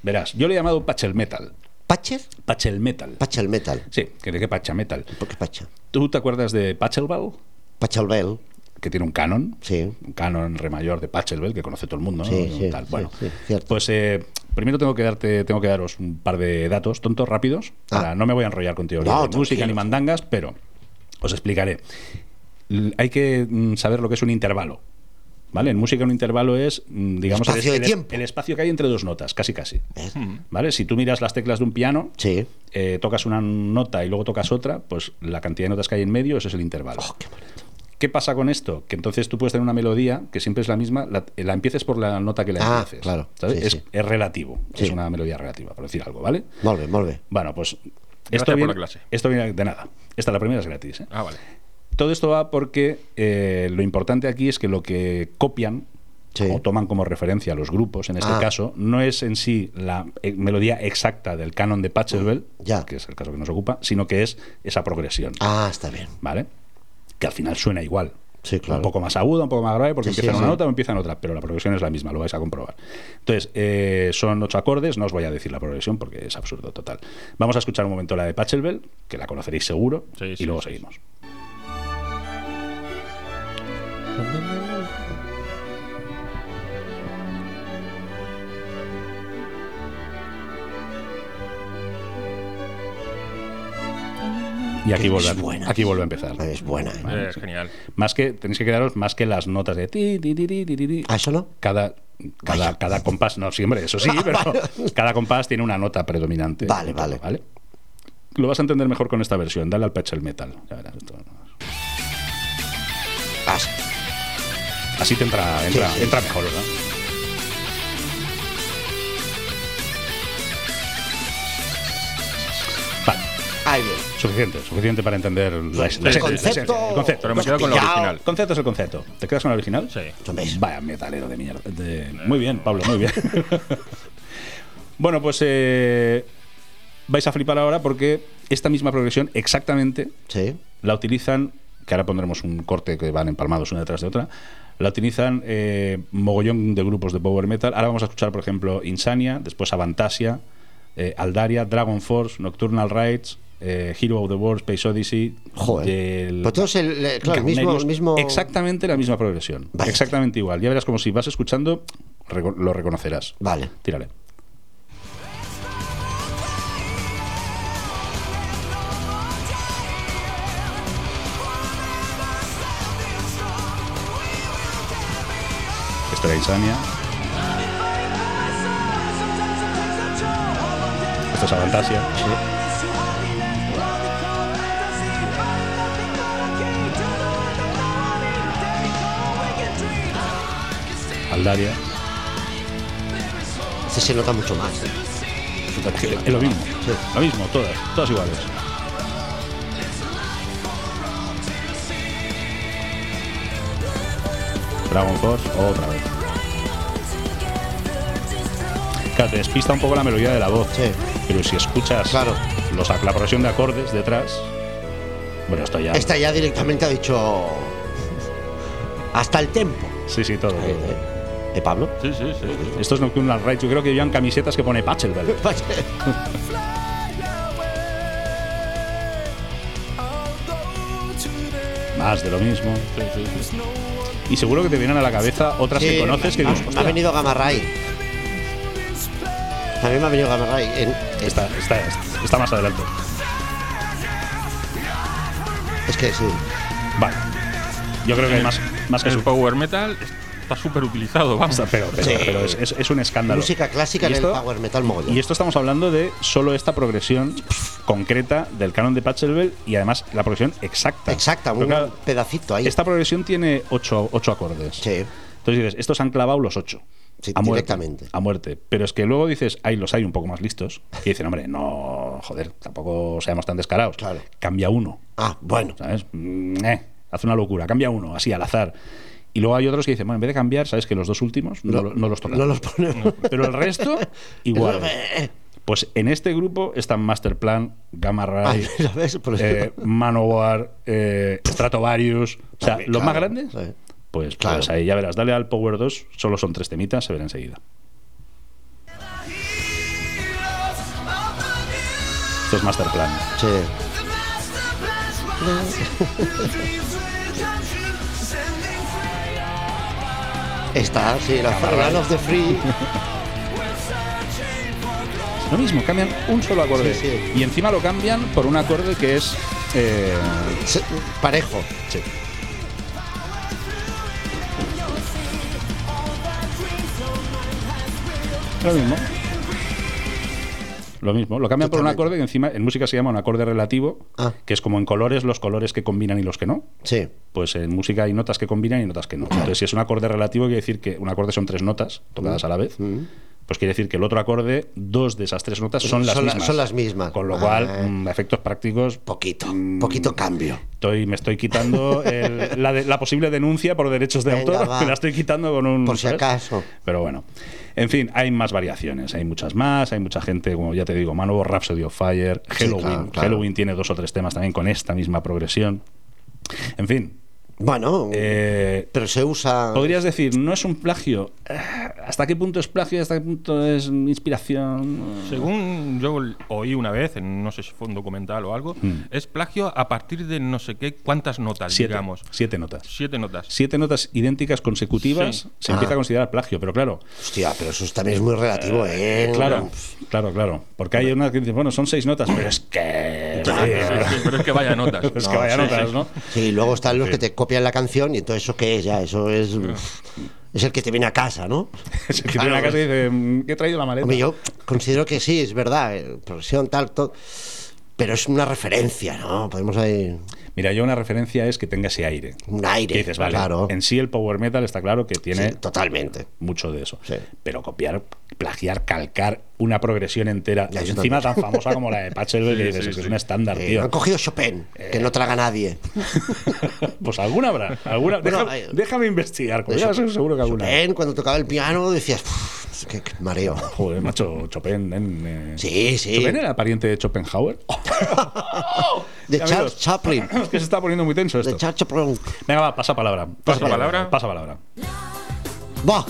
[SPEAKER 3] Verás, yo le he llamado Pachel Metal.
[SPEAKER 1] ¿Pacher?
[SPEAKER 3] Pachel Metal.
[SPEAKER 1] Pachel Metal.
[SPEAKER 3] sí, que de qué Pacha Metal.
[SPEAKER 1] ¿Por qué Pacha?
[SPEAKER 3] ¿Tú te acuerdas de Pachelbel?
[SPEAKER 1] Pachelbel,
[SPEAKER 3] Que tiene un canon.
[SPEAKER 1] sí.
[SPEAKER 3] Un canon en re mayor de Pachelbel que conoce todo el mundo. ¿no?
[SPEAKER 1] Sí, sí,
[SPEAKER 3] Tal.
[SPEAKER 1] sí,
[SPEAKER 3] Bueno,
[SPEAKER 1] sí, cierto.
[SPEAKER 3] pues eh, primero tengo que darte, tengo que daros un par de datos tontos, rápidos.
[SPEAKER 1] Ah.
[SPEAKER 3] Ahora, no me voy a enrollar con teoría
[SPEAKER 1] No,
[SPEAKER 3] de música
[SPEAKER 1] tranquilo.
[SPEAKER 3] ni mandangas, pero os explicaré. L- Hay que mm, saber lo que es un intervalo. ¿Vale? En música un intervalo es, mm, digamos, el-
[SPEAKER 1] Espacio de
[SPEAKER 3] el,
[SPEAKER 1] tiempo.
[SPEAKER 3] el espacio que hay entre dos notas, casi casi.
[SPEAKER 1] ¿eh?
[SPEAKER 3] ¿Vale? Si tú miras las teclas de un piano,
[SPEAKER 1] Sí.
[SPEAKER 3] eh, tocas una nota y luego tocas otra, pues la cantidad de notas que hay en medio, ese es el intervalo.
[SPEAKER 1] Oh, qué bonito.
[SPEAKER 3] ¿Qué pasa con esto? Que entonces tú puedes tener una melodía que siempre es la misma, la, la empieces por la nota que la
[SPEAKER 1] Ah,
[SPEAKER 3] empieces.
[SPEAKER 1] claro.
[SPEAKER 3] ¿sabes?
[SPEAKER 1] Sí,
[SPEAKER 3] es,
[SPEAKER 1] sí.
[SPEAKER 3] es relativo,
[SPEAKER 1] Sí.
[SPEAKER 3] es una melodía relativa, por decir algo, ¿vale?
[SPEAKER 1] Molt bé, molt bé.
[SPEAKER 3] Bueno, pues
[SPEAKER 2] por
[SPEAKER 3] esto viene,
[SPEAKER 2] la clase.
[SPEAKER 3] esto viene de nada. Esta la primera es gratis. ¿eh?
[SPEAKER 2] Ah, vale.
[SPEAKER 3] Todo esto va porque eh, lo importante aquí es que lo que copian
[SPEAKER 1] Sí.
[SPEAKER 3] o toman como referencia los grupos, en este
[SPEAKER 1] Ah.
[SPEAKER 3] caso, no es en sí la eh, melodía exacta del canon de Pachelbel,
[SPEAKER 1] Ya.
[SPEAKER 3] que es el caso que nos ocupa, sino que es esa progresión.
[SPEAKER 1] Ah, está bien.
[SPEAKER 3] ¿vale? Que al final suena igual.
[SPEAKER 1] Sí, claro.
[SPEAKER 3] Un poco más aguda, un poco más grave, porque
[SPEAKER 1] Sí, sí,
[SPEAKER 3] empieza en una
[SPEAKER 1] sí.
[SPEAKER 3] nota o empieza en otra, pero la progresión es la misma, lo vais a comprobar. Entonces, eh, son ocho acordes, no os voy a decir la progresión porque es absurdo total. Vamos a escuchar un momento la de Pachelbel, que la conoceréis seguro,
[SPEAKER 2] Sí,
[SPEAKER 3] y
[SPEAKER 2] sí,
[SPEAKER 3] luego
[SPEAKER 2] sí,
[SPEAKER 3] seguimos. Y aquí
[SPEAKER 1] Que
[SPEAKER 3] vuelve,
[SPEAKER 1] es buena.
[SPEAKER 3] a- aquí vuelve a empezar.
[SPEAKER 1] Es buena. ¿eh?
[SPEAKER 2] es genial.
[SPEAKER 3] Más que, tenéis que quedaros más que las notas de ti, ti, ti, ti, ti, ti, ti.
[SPEAKER 1] ¿Ah, eso no?
[SPEAKER 3] cada, cada,
[SPEAKER 1] Vaya.
[SPEAKER 3] cada compás, no siempre, eso sí, pero cada compás tiene una nota predominante.
[SPEAKER 1] Vale, vale.
[SPEAKER 3] Lo vas a entender mejor con esta versión, dale al pecho el metal. Ya verás, esto no-
[SPEAKER 1] Ah, sí.
[SPEAKER 3] Así te entra, entra,
[SPEAKER 1] Sí, sí.
[SPEAKER 3] entra mejor, ¿verdad? Vale,
[SPEAKER 1] Ahí bien.
[SPEAKER 3] suficiente, suficiente para entender la- la
[SPEAKER 1] El
[SPEAKER 3] esencia, la
[SPEAKER 1] concepto.
[SPEAKER 3] esencia, el concepto.
[SPEAKER 2] Pero me quedo con lo
[SPEAKER 1] Pillao.
[SPEAKER 2] original.
[SPEAKER 3] El concepto es el concepto. ¿Te quedas con el original?
[SPEAKER 2] Sí.
[SPEAKER 1] ¿Ves?
[SPEAKER 3] Pues Vaya metalero de mierda. de- Muy bien, Pablo, muy bien. bueno, pues eh, vais a flipar ahora porque esta misma progresión exactamente
[SPEAKER 1] Sí.
[SPEAKER 3] la utilizan, que ahora pondremos un corte que van empalmados una detrás de otra, la utilizan eh, mogollón de grupos de power metal. Ahora vamos a escuchar, por ejemplo, Insania, después Avantasia, eh, Aldaria, Dragon Force, Nocturnal Rites, eh, Hero of the World, Space Odyssey.
[SPEAKER 1] Joder.
[SPEAKER 3] del-
[SPEAKER 1] Pues todos el, el- claro, el mismo,
[SPEAKER 3] Carnelius,
[SPEAKER 1] el mismo.
[SPEAKER 3] Exactamente la misma progresión.
[SPEAKER 1] Vaya.
[SPEAKER 3] Exactamente igual. Ya verás como si vas escuchando, reco- lo reconocerás.
[SPEAKER 1] Vale.
[SPEAKER 3] Tírale. Esto era Insania. Esto es Avantasia. Aldaria.
[SPEAKER 1] Este se nota mucho más. ¿eh?
[SPEAKER 3] Es lo mismo. Lo mismo, todas. Todas iguales. Dragon Force, otra vez. Claro, te despista un poco la melodía de la voz.
[SPEAKER 1] Sí.
[SPEAKER 3] Pero si escuchas
[SPEAKER 1] Claro.
[SPEAKER 3] los, la progresión de acordes detrás. Bueno, esto ya.
[SPEAKER 1] Esta ya directamente ha dicho. Hasta el tempo.
[SPEAKER 3] Sí, sí, todo.
[SPEAKER 1] Eh, eh. ¿Eh, Pablo?
[SPEAKER 2] Sí, sí, sí.
[SPEAKER 3] Esto es Nocturnal Ride. Yo creo que llevan camisetas que pone Patchel, ¿vale? Más de lo mismo. Y seguro que te vienen a la cabeza otras que
[SPEAKER 1] Sí,
[SPEAKER 3] conoces que
[SPEAKER 1] Eh, ha-
[SPEAKER 3] dices,
[SPEAKER 1] ha
[SPEAKER 3] "Hostia,
[SPEAKER 1] venido Gamarray. También me ha venido Gamarray. En- en-
[SPEAKER 3] Está, está, está más adelante.
[SPEAKER 1] Es que sí.
[SPEAKER 3] Vale. Yo creo que hay más, más que
[SPEAKER 2] El
[SPEAKER 3] su
[SPEAKER 2] power metal está súper utilizado, vamos.
[SPEAKER 3] Está- Pero, pero,
[SPEAKER 1] Sí.
[SPEAKER 3] pero es, es- es un escándalo.
[SPEAKER 1] Música clásica
[SPEAKER 3] ¿Y
[SPEAKER 1] en el
[SPEAKER 3] esto?
[SPEAKER 1] power metal mogollón.
[SPEAKER 3] Y esto estamos hablando de solo esta progresión concreta del canon de Pachelbel y además la progresión exacta.
[SPEAKER 1] Exacta,
[SPEAKER 3] Pero
[SPEAKER 1] un
[SPEAKER 3] claro,
[SPEAKER 1] pedacito ahí.
[SPEAKER 3] esta progresión tiene ocho, ocho acordes.
[SPEAKER 1] Sí.
[SPEAKER 3] Entonces dices, estos han clavado los ocho.
[SPEAKER 1] Sí,
[SPEAKER 3] a muerte,
[SPEAKER 1] directamente.
[SPEAKER 3] A muerte. Pero es que luego dices, ahí los hay un poco más listos. Y dicen, hombre, no, joder, tampoco seamos tan descarados.
[SPEAKER 1] Claro.
[SPEAKER 3] Cambia uno.
[SPEAKER 1] Ah, bueno.
[SPEAKER 3] ¿sabes? Mm, eh, hace una locura, cambia uno, así al azar. Y luego hay otros que dicen, bueno, en vez de cambiar, sabes que los dos últimos no, lo- no los tocan.
[SPEAKER 1] No los ponemos.
[SPEAKER 3] Pero el resto, igual.
[SPEAKER 1] eh,
[SPEAKER 3] Pues en este grupo están Masterplan, Gamma Ray,
[SPEAKER 1] Ah, ¿lo ves? Por eso.
[SPEAKER 3] eh, Manowar, eh, Stratovarius. O sea,
[SPEAKER 1] También,
[SPEAKER 3] los más
[SPEAKER 1] claro,
[SPEAKER 3] grandes.
[SPEAKER 1] sí.
[SPEAKER 3] Pues,
[SPEAKER 1] Claro.
[SPEAKER 3] pues ahí ya verás, dale al Power 2, solo son tres temitas, se verá enseguida. Esto es Masterplan.
[SPEAKER 1] Sí. Está, sí, la Land of the Free.
[SPEAKER 3] Lo mismo, cambian un solo acorde.
[SPEAKER 1] Sí, sí.
[SPEAKER 3] Y encima lo cambian por un acorde que es. eh,
[SPEAKER 1] Se- Parejo.
[SPEAKER 3] Lo mismo. Lo mismo, lo cambian por un
[SPEAKER 1] Totalmente.
[SPEAKER 3] acorde que encima en música se llama un acorde relativo,
[SPEAKER 1] Ah.
[SPEAKER 3] que es como en colores los colores que combinan y los que no.
[SPEAKER 1] Sí.
[SPEAKER 3] Pues en música hay notas que combinan y notas que no. Entonces, si es un acorde relativo, quiere decir que un acorde son tres notas
[SPEAKER 1] Mm.
[SPEAKER 3] tocadas a la vez. Pues quiere decir que el otro acorde, dos de esas tres notas son las
[SPEAKER 1] Son la-
[SPEAKER 3] mismas.
[SPEAKER 1] son las mismas.
[SPEAKER 3] Con lo
[SPEAKER 1] Ah.
[SPEAKER 3] cual, mm, efectos prácticos,
[SPEAKER 1] Poquito,
[SPEAKER 3] Mm.
[SPEAKER 1] poquito cambio.
[SPEAKER 3] Estoy, me estoy quitando el- la, de- la posible denuncia por derechos de
[SPEAKER 1] Venga,
[SPEAKER 3] autor.
[SPEAKER 1] va.
[SPEAKER 3] Me la estoy quitando con un.
[SPEAKER 1] Por si acaso.
[SPEAKER 3] Pero bueno. En fin, hay más variaciones, hay muchas más, hay mucha gente, como ya te digo, Manovo, Rhapsody of Fire,
[SPEAKER 1] Sí,
[SPEAKER 3] Halloween.
[SPEAKER 1] claro, claro.
[SPEAKER 3] Halloween tiene dos o tres temas también con esta misma progresión. En fin.
[SPEAKER 1] Bueno,
[SPEAKER 3] eh,
[SPEAKER 1] pero se usa.
[SPEAKER 3] Podrías decir, no es un plagio. Ah, ¿Hasta qué punto es plagio y hasta qué punto es inspiración?
[SPEAKER 2] Según yo oí una vez, en no sé si fue un documental o algo,
[SPEAKER 3] Mm.
[SPEAKER 2] es plagio a partir de no sé qué, cuántas notas,
[SPEAKER 3] Siete,
[SPEAKER 2] digamos.
[SPEAKER 3] siete notas.
[SPEAKER 2] Siete notas.
[SPEAKER 3] Siete notas idénticas consecutivas
[SPEAKER 2] Sí.
[SPEAKER 3] se
[SPEAKER 1] Ah.
[SPEAKER 3] empieza a considerar plagio, pero claro,
[SPEAKER 1] Hostia, pero eso también es muy relativo, ¿eh?
[SPEAKER 3] Claro, claro, claro. Porque hay unas que dicen, bueno, son seis notas, pero es que.
[SPEAKER 2] Sí, pero es que vaya notas.
[SPEAKER 3] es que vaya
[SPEAKER 1] sí,
[SPEAKER 3] notas, ¿no?
[SPEAKER 1] Sí, luego están los
[SPEAKER 3] Sí. Mm.
[SPEAKER 1] que te copian la canción y entonces eso qué es ya, eso es es el que te viene a casa, ¿no?
[SPEAKER 3] Se te
[SPEAKER 2] pues.
[SPEAKER 3] viene a la casa y dice, "Mm, ¿qué he traído la maleta?
[SPEAKER 1] Hombre, yo considero que sí, es verdad, eh, progresión tal, todo, pero es una referencia, ¿no? Podemos ahí
[SPEAKER 3] Mira, yo una referencia es que tenga ese aire.
[SPEAKER 1] un aire,
[SPEAKER 3] Que dices, vale,
[SPEAKER 1] claro,
[SPEAKER 3] en ¿eh? sí el power metal está claro que tiene
[SPEAKER 1] Sí, totalmente.
[SPEAKER 3] mucho de eso.
[SPEAKER 1] Sí.
[SPEAKER 3] Pero copiar, plagiar, calcar una progresión entera,
[SPEAKER 1] Ya, eso
[SPEAKER 3] encima
[SPEAKER 1] también.
[SPEAKER 3] tan famosa como la de Pachelbel, que dices,
[SPEAKER 2] sí,
[SPEAKER 3] "Es que es
[SPEAKER 2] sí.
[SPEAKER 3] un estándar,
[SPEAKER 1] Eh,
[SPEAKER 3] tío. Eh.
[SPEAKER 1] han cogido Chopin, que no traga nadie.
[SPEAKER 3] pues alguna habrá. Alguna,
[SPEAKER 1] Bueno,
[SPEAKER 3] déjame,
[SPEAKER 1] eh,
[SPEAKER 3] déjame investigar, coño,
[SPEAKER 1] Eso-
[SPEAKER 3] Pues seguro que alguna.
[SPEAKER 1] Chopin, cuando tocaba el piano decías, "Uf, qué, qué mareo.
[SPEAKER 3] Joder, macho, Chopin. nen, eh.
[SPEAKER 1] Sí, sí.
[SPEAKER 3] ¿Chopin era pariente de Schopenhauer?
[SPEAKER 1] De
[SPEAKER 3] Amigos.
[SPEAKER 1] Charles Chaplin,
[SPEAKER 3] Es que se está poniendo muy tenso
[SPEAKER 1] de
[SPEAKER 3] esto.
[SPEAKER 1] Charles Chaplin.
[SPEAKER 3] Venga, va, pasa palabra.
[SPEAKER 2] Pasa palabra.
[SPEAKER 3] Pasa palabra.
[SPEAKER 1] ¡Bah!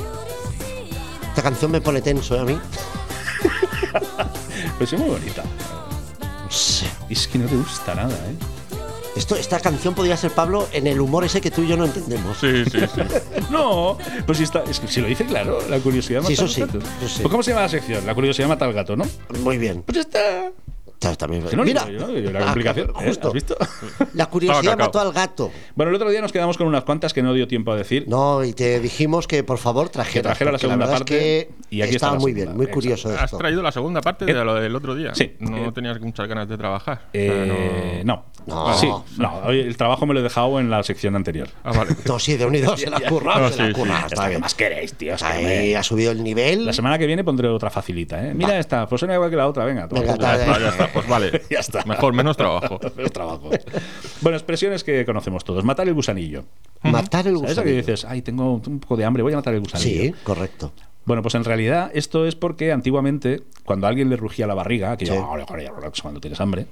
[SPEAKER 1] Esta canción me pone tenso ¿eh? a mí.
[SPEAKER 3] Pero sí, muy bonita.
[SPEAKER 1] No sé.
[SPEAKER 3] Y es que no te gusta nada, ¿eh?
[SPEAKER 1] Esto, esta canción podría ser, Pablo, en el humor ese que tú y yo no entendemos.
[SPEAKER 2] Sí, sí, sí.
[SPEAKER 3] No, pues si, está, es que si lo dice claro, la curiosidad mata
[SPEAKER 1] Sí, eso
[SPEAKER 3] al
[SPEAKER 1] sí,
[SPEAKER 3] gato.
[SPEAKER 1] eso sí.
[SPEAKER 3] Pues ¿Cómo se llama la sección? La curiosidad mata al gato, ¿no?
[SPEAKER 1] Muy bien.
[SPEAKER 3] Pues ya está.
[SPEAKER 1] Está- también-
[SPEAKER 3] Que no lo
[SPEAKER 1] Mira,
[SPEAKER 3] digo yo, yo
[SPEAKER 1] Ah,
[SPEAKER 3] la complicación. ¿eh?
[SPEAKER 1] justo.
[SPEAKER 3] ¿Has visto?
[SPEAKER 1] La curiosidad
[SPEAKER 2] Estaba cacao.
[SPEAKER 1] mató al gato.
[SPEAKER 3] Bueno, el otro día nos quedamos con unas cuantas que no dio tiempo a decir.
[SPEAKER 1] No, y te dijimos que por favor
[SPEAKER 3] Que
[SPEAKER 1] trajeras.
[SPEAKER 3] trajera la
[SPEAKER 1] porque
[SPEAKER 3] segunda
[SPEAKER 1] verdad
[SPEAKER 3] parte
[SPEAKER 1] Es que
[SPEAKER 3] y aquí está
[SPEAKER 1] estaba
[SPEAKER 3] la
[SPEAKER 1] muy
[SPEAKER 3] segunda.
[SPEAKER 1] bien, muy
[SPEAKER 3] Exacto.
[SPEAKER 1] curioso
[SPEAKER 2] Has
[SPEAKER 1] esto.
[SPEAKER 2] traído la segunda parte de lo del otro día.
[SPEAKER 3] Eh. Sí.
[SPEAKER 2] No
[SPEAKER 3] Eh,
[SPEAKER 2] tenías muchas ganas de trabajar. O sea,
[SPEAKER 3] Eh, no.
[SPEAKER 1] Ah, No.
[SPEAKER 3] Sí, no. hoy El trabajo me lo he dejado en la sección anterior.
[SPEAKER 2] Ah, vale.
[SPEAKER 1] No, sí, de unidos se la ha currado,
[SPEAKER 2] No,
[SPEAKER 1] se la ha
[SPEAKER 2] sí, sí.
[SPEAKER 1] currado,
[SPEAKER 3] Ya
[SPEAKER 1] Está
[SPEAKER 3] ¿Qué
[SPEAKER 1] bien.
[SPEAKER 3] más queréis, tío? Es que no me-
[SPEAKER 1] Ahí ha subido el nivel.
[SPEAKER 3] La semana que viene pondré otra facilita, ¿eh? Mira
[SPEAKER 1] Va.
[SPEAKER 3] esta, pues suena igual que la otra, venga. toma.
[SPEAKER 1] Venga,
[SPEAKER 2] Ya
[SPEAKER 1] tal,
[SPEAKER 2] está,
[SPEAKER 1] eh.
[SPEAKER 2] ya está. Pues vale.
[SPEAKER 3] Ya está.
[SPEAKER 2] Mejor, menos trabajo.
[SPEAKER 3] Los trabajos. bueno, expresiones que conocemos todos. Matar el gusanillo.
[SPEAKER 1] Matar el
[SPEAKER 3] ¿Sabes la que
[SPEAKER 1] gusanillo.
[SPEAKER 3] dices? Ay, tengo un poco de hambre, voy a matar el gusanillo.
[SPEAKER 1] Sí, correcto.
[SPEAKER 3] Bueno, pues en realidad esto es porque antiguamente, cuando a alguien le rugía la barriga, que
[SPEAKER 1] Sí.
[SPEAKER 3] yo, cuando tienes hambre,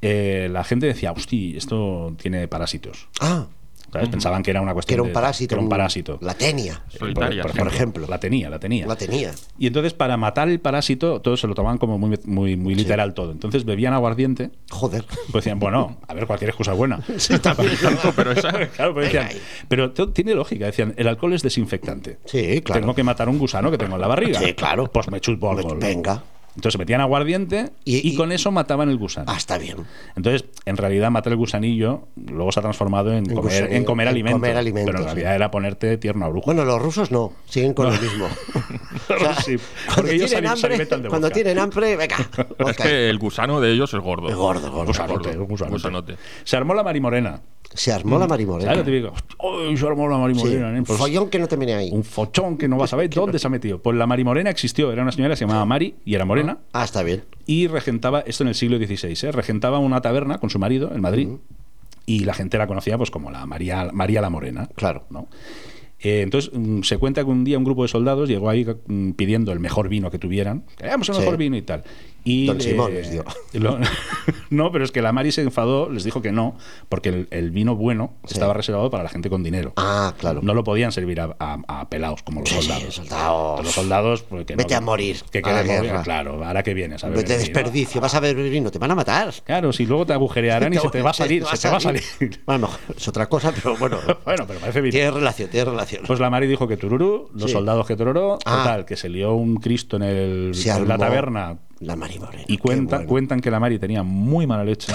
[SPEAKER 3] eh, la gente decía, hosti, esto tiene parásitos.
[SPEAKER 1] Ah,
[SPEAKER 3] ¿Sabes? Pensaban que era una
[SPEAKER 1] que
[SPEAKER 3] cuestión
[SPEAKER 1] era un
[SPEAKER 3] de-
[SPEAKER 1] parásito.
[SPEAKER 3] Este, que era un
[SPEAKER 1] un-
[SPEAKER 3] parásito.
[SPEAKER 1] La tenia.
[SPEAKER 3] Eh,
[SPEAKER 2] Solitaria, sí.
[SPEAKER 1] Por ejemplo.
[SPEAKER 3] La tenía, la tenía.
[SPEAKER 1] La tenía.
[SPEAKER 3] Y entonces, para matar el parásito, todos se lo tomaban como muy, muy, muy literal todo. Entonces bebían aguardiente,
[SPEAKER 1] Joder. Ah,
[SPEAKER 3] pues decían, bueno, a ver, cualquier excusa es buena.
[SPEAKER 1] Sí, también.
[SPEAKER 2] Pero esa.
[SPEAKER 3] Claro, pero decían,
[SPEAKER 1] Venga ahí.
[SPEAKER 3] pero todo tiene lógica. Decían, el alcohol es desinfectante.
[SPEAKER 1] Sí, claro.
[SPEAKER 3] Tengo que matar un gusano que tengo en la barriga.
[SPEAKER 1] Sí, claro.
[SPEAKER 3] Pues me chupo alcohol.
[SPEAKER 1] Venga.
[SPEAKER 3] Entonces metían aguardiente y,
[SPEAKER 1] Y-
[SPEAKER 3] con eso mataban el gusano.
[SPEAKER 1] Ah, está bien.
[SPEAKER 3] Entonces, en realidad, matar el gusanillo luego se ha transformado en, comer,
[SPEAKER 1] gusanillo,
[SPEAKER 3] en comer
[SPEAKER 1] en
[SPEAKER 3] alimento.
[SPEAKER 1] comer alimento,
[SPEAKER 3] Pero en
[SPEAKER 1] sí.
[SPEAKER 3] realidad era ponerte tierno a brujo.
[SPEAKER 1] Bueno, los rusos no, siguen con lo mismo. O sea,
[SPEAKER 3] Sí,
[SPEAKER 1] cuando
[SPEAKER 3] porque ellos
[SPEAKER 1] tienen
[SPEAKER 3] se ali- se
[SPEAKER 1] hambre,
[SPEAKER 3] alimentan de
[SPEAKER 1] cuando
[SPEAKER 3] vodka.
[SPEAKER 1] tienen hambre, venga.
[SPEAKER 2] Es
[SPEAKER 1] vodka.
[SPEAKER 2] que el gusano de ellos es gordo. Pues
[SPEAKER 1] Es gordo, gordo.
[SPEAKER 3] Gusanote,
[SPEAKER 2] gordo.
[SPEAKER 3] un gusanote. Eh,
[SPEAKER 2] Gusanote.
[SPEAKER 3] Se armó la marimorena.
[SPEAKER 1] Se armó la
[SPEAKER 3] ¿Sabes lo
[SPEAKER 1] marimorena.
[SPEAKER 3] típico? ¡Ay, se armó la
[SPEAKER 1] Sí,
[SPEAKER 3] marimorena! ¿eh?
[SPEAKER 1] un
[SPEAKER 3] Pues,
[SPEAKER 1] follón que no te viene ahí.
[SPEAKER 3] un fochón que no vas a ver dónde se ha metido. Pues la marimorena existió. Era una señora que se llamaba Mari y era morena.
[SPEAKER 1] Ah, está bien.
[SPEAKER 3] y regentaba, esto en el siglo XVI, ¿eh? regentaba una taberna con su marido en Madrid y la gente la conocía pues como la María, María la Morena.
[SPEAKER 1] Claro.
[SPEAKER 3] ¿no? Eh, entonces mm, se cuenta que un día un grupo de soldados llegó ahí mm, pidiendo el mejor vino que tuvieran. Queríamos el
[SPEAKER 1] Sí.
[SPEAKER 3] mejor vino y tal. Y,
[SPEAKER 1] Don Simón les dio.
[SPEAKER 3] lo- no, pero es que la Mari se enfadó, les dijo que no, porque el, el vino bueno
[SPEAKER 1] Sí.
[SPEAKER 3] estaba reservado para la gente con dinero.
[SPEAKER 1] Ah, claro.
[SPEAKER 3] No lo podían servir a, a- a pelados como los
[SPEAKER 1] Sí, sí,
[SPEAKER 3] soldados.
[SPEAKER 1] soldados.
[SPEAKER 3] Los soldados, pues, que no-
[SPEAKER 1] Vete a morir
[SPEAKER 3] Que
[SPEAKER 1] a la
[SPEAKER 3] queremos-
[SPEAKER 1] guerra.
[SPEAKER 3] claro, ahora que vienes. a ver,
[SPEAKER 1] Vete
[SPEAKER 3] sí, ¿no?
[SPEAKER 1] desperdicio, vas a beber vino, te van a matar.
[SPEAKER 3] Claro, si luego te agujerearán y se te va a salir, se te va a salir.
[SPEAKER 1] Bueno, a lo mejor es otra cosa, pero bueno,
[SPEAKER 3] bueno, pero parece bien.
[SPEAKER 1] tiene relación, tiene relación.
[SPEAKER 3] Pues la Mari dijo que tururú, los
[SPEAKER 1] Sí.
[SPEAKER 3] soldados que tururó,
[SPEAKER 1] Ah.
[SPEAKER 3] total, que se lió un Cristo en, el,
[SPEAKER 1] Se
[SPEAKER 3] en la
[SPEAKER 1] armó
[SPEAKER 3] taberna
[SPEAKER 1] La marimorena.
[SPEAKER 3] y cuenta,
[SPEAKER 1] qué bueno.
[SPEAKER 3] cuentan que la Mari tenía muy mala leche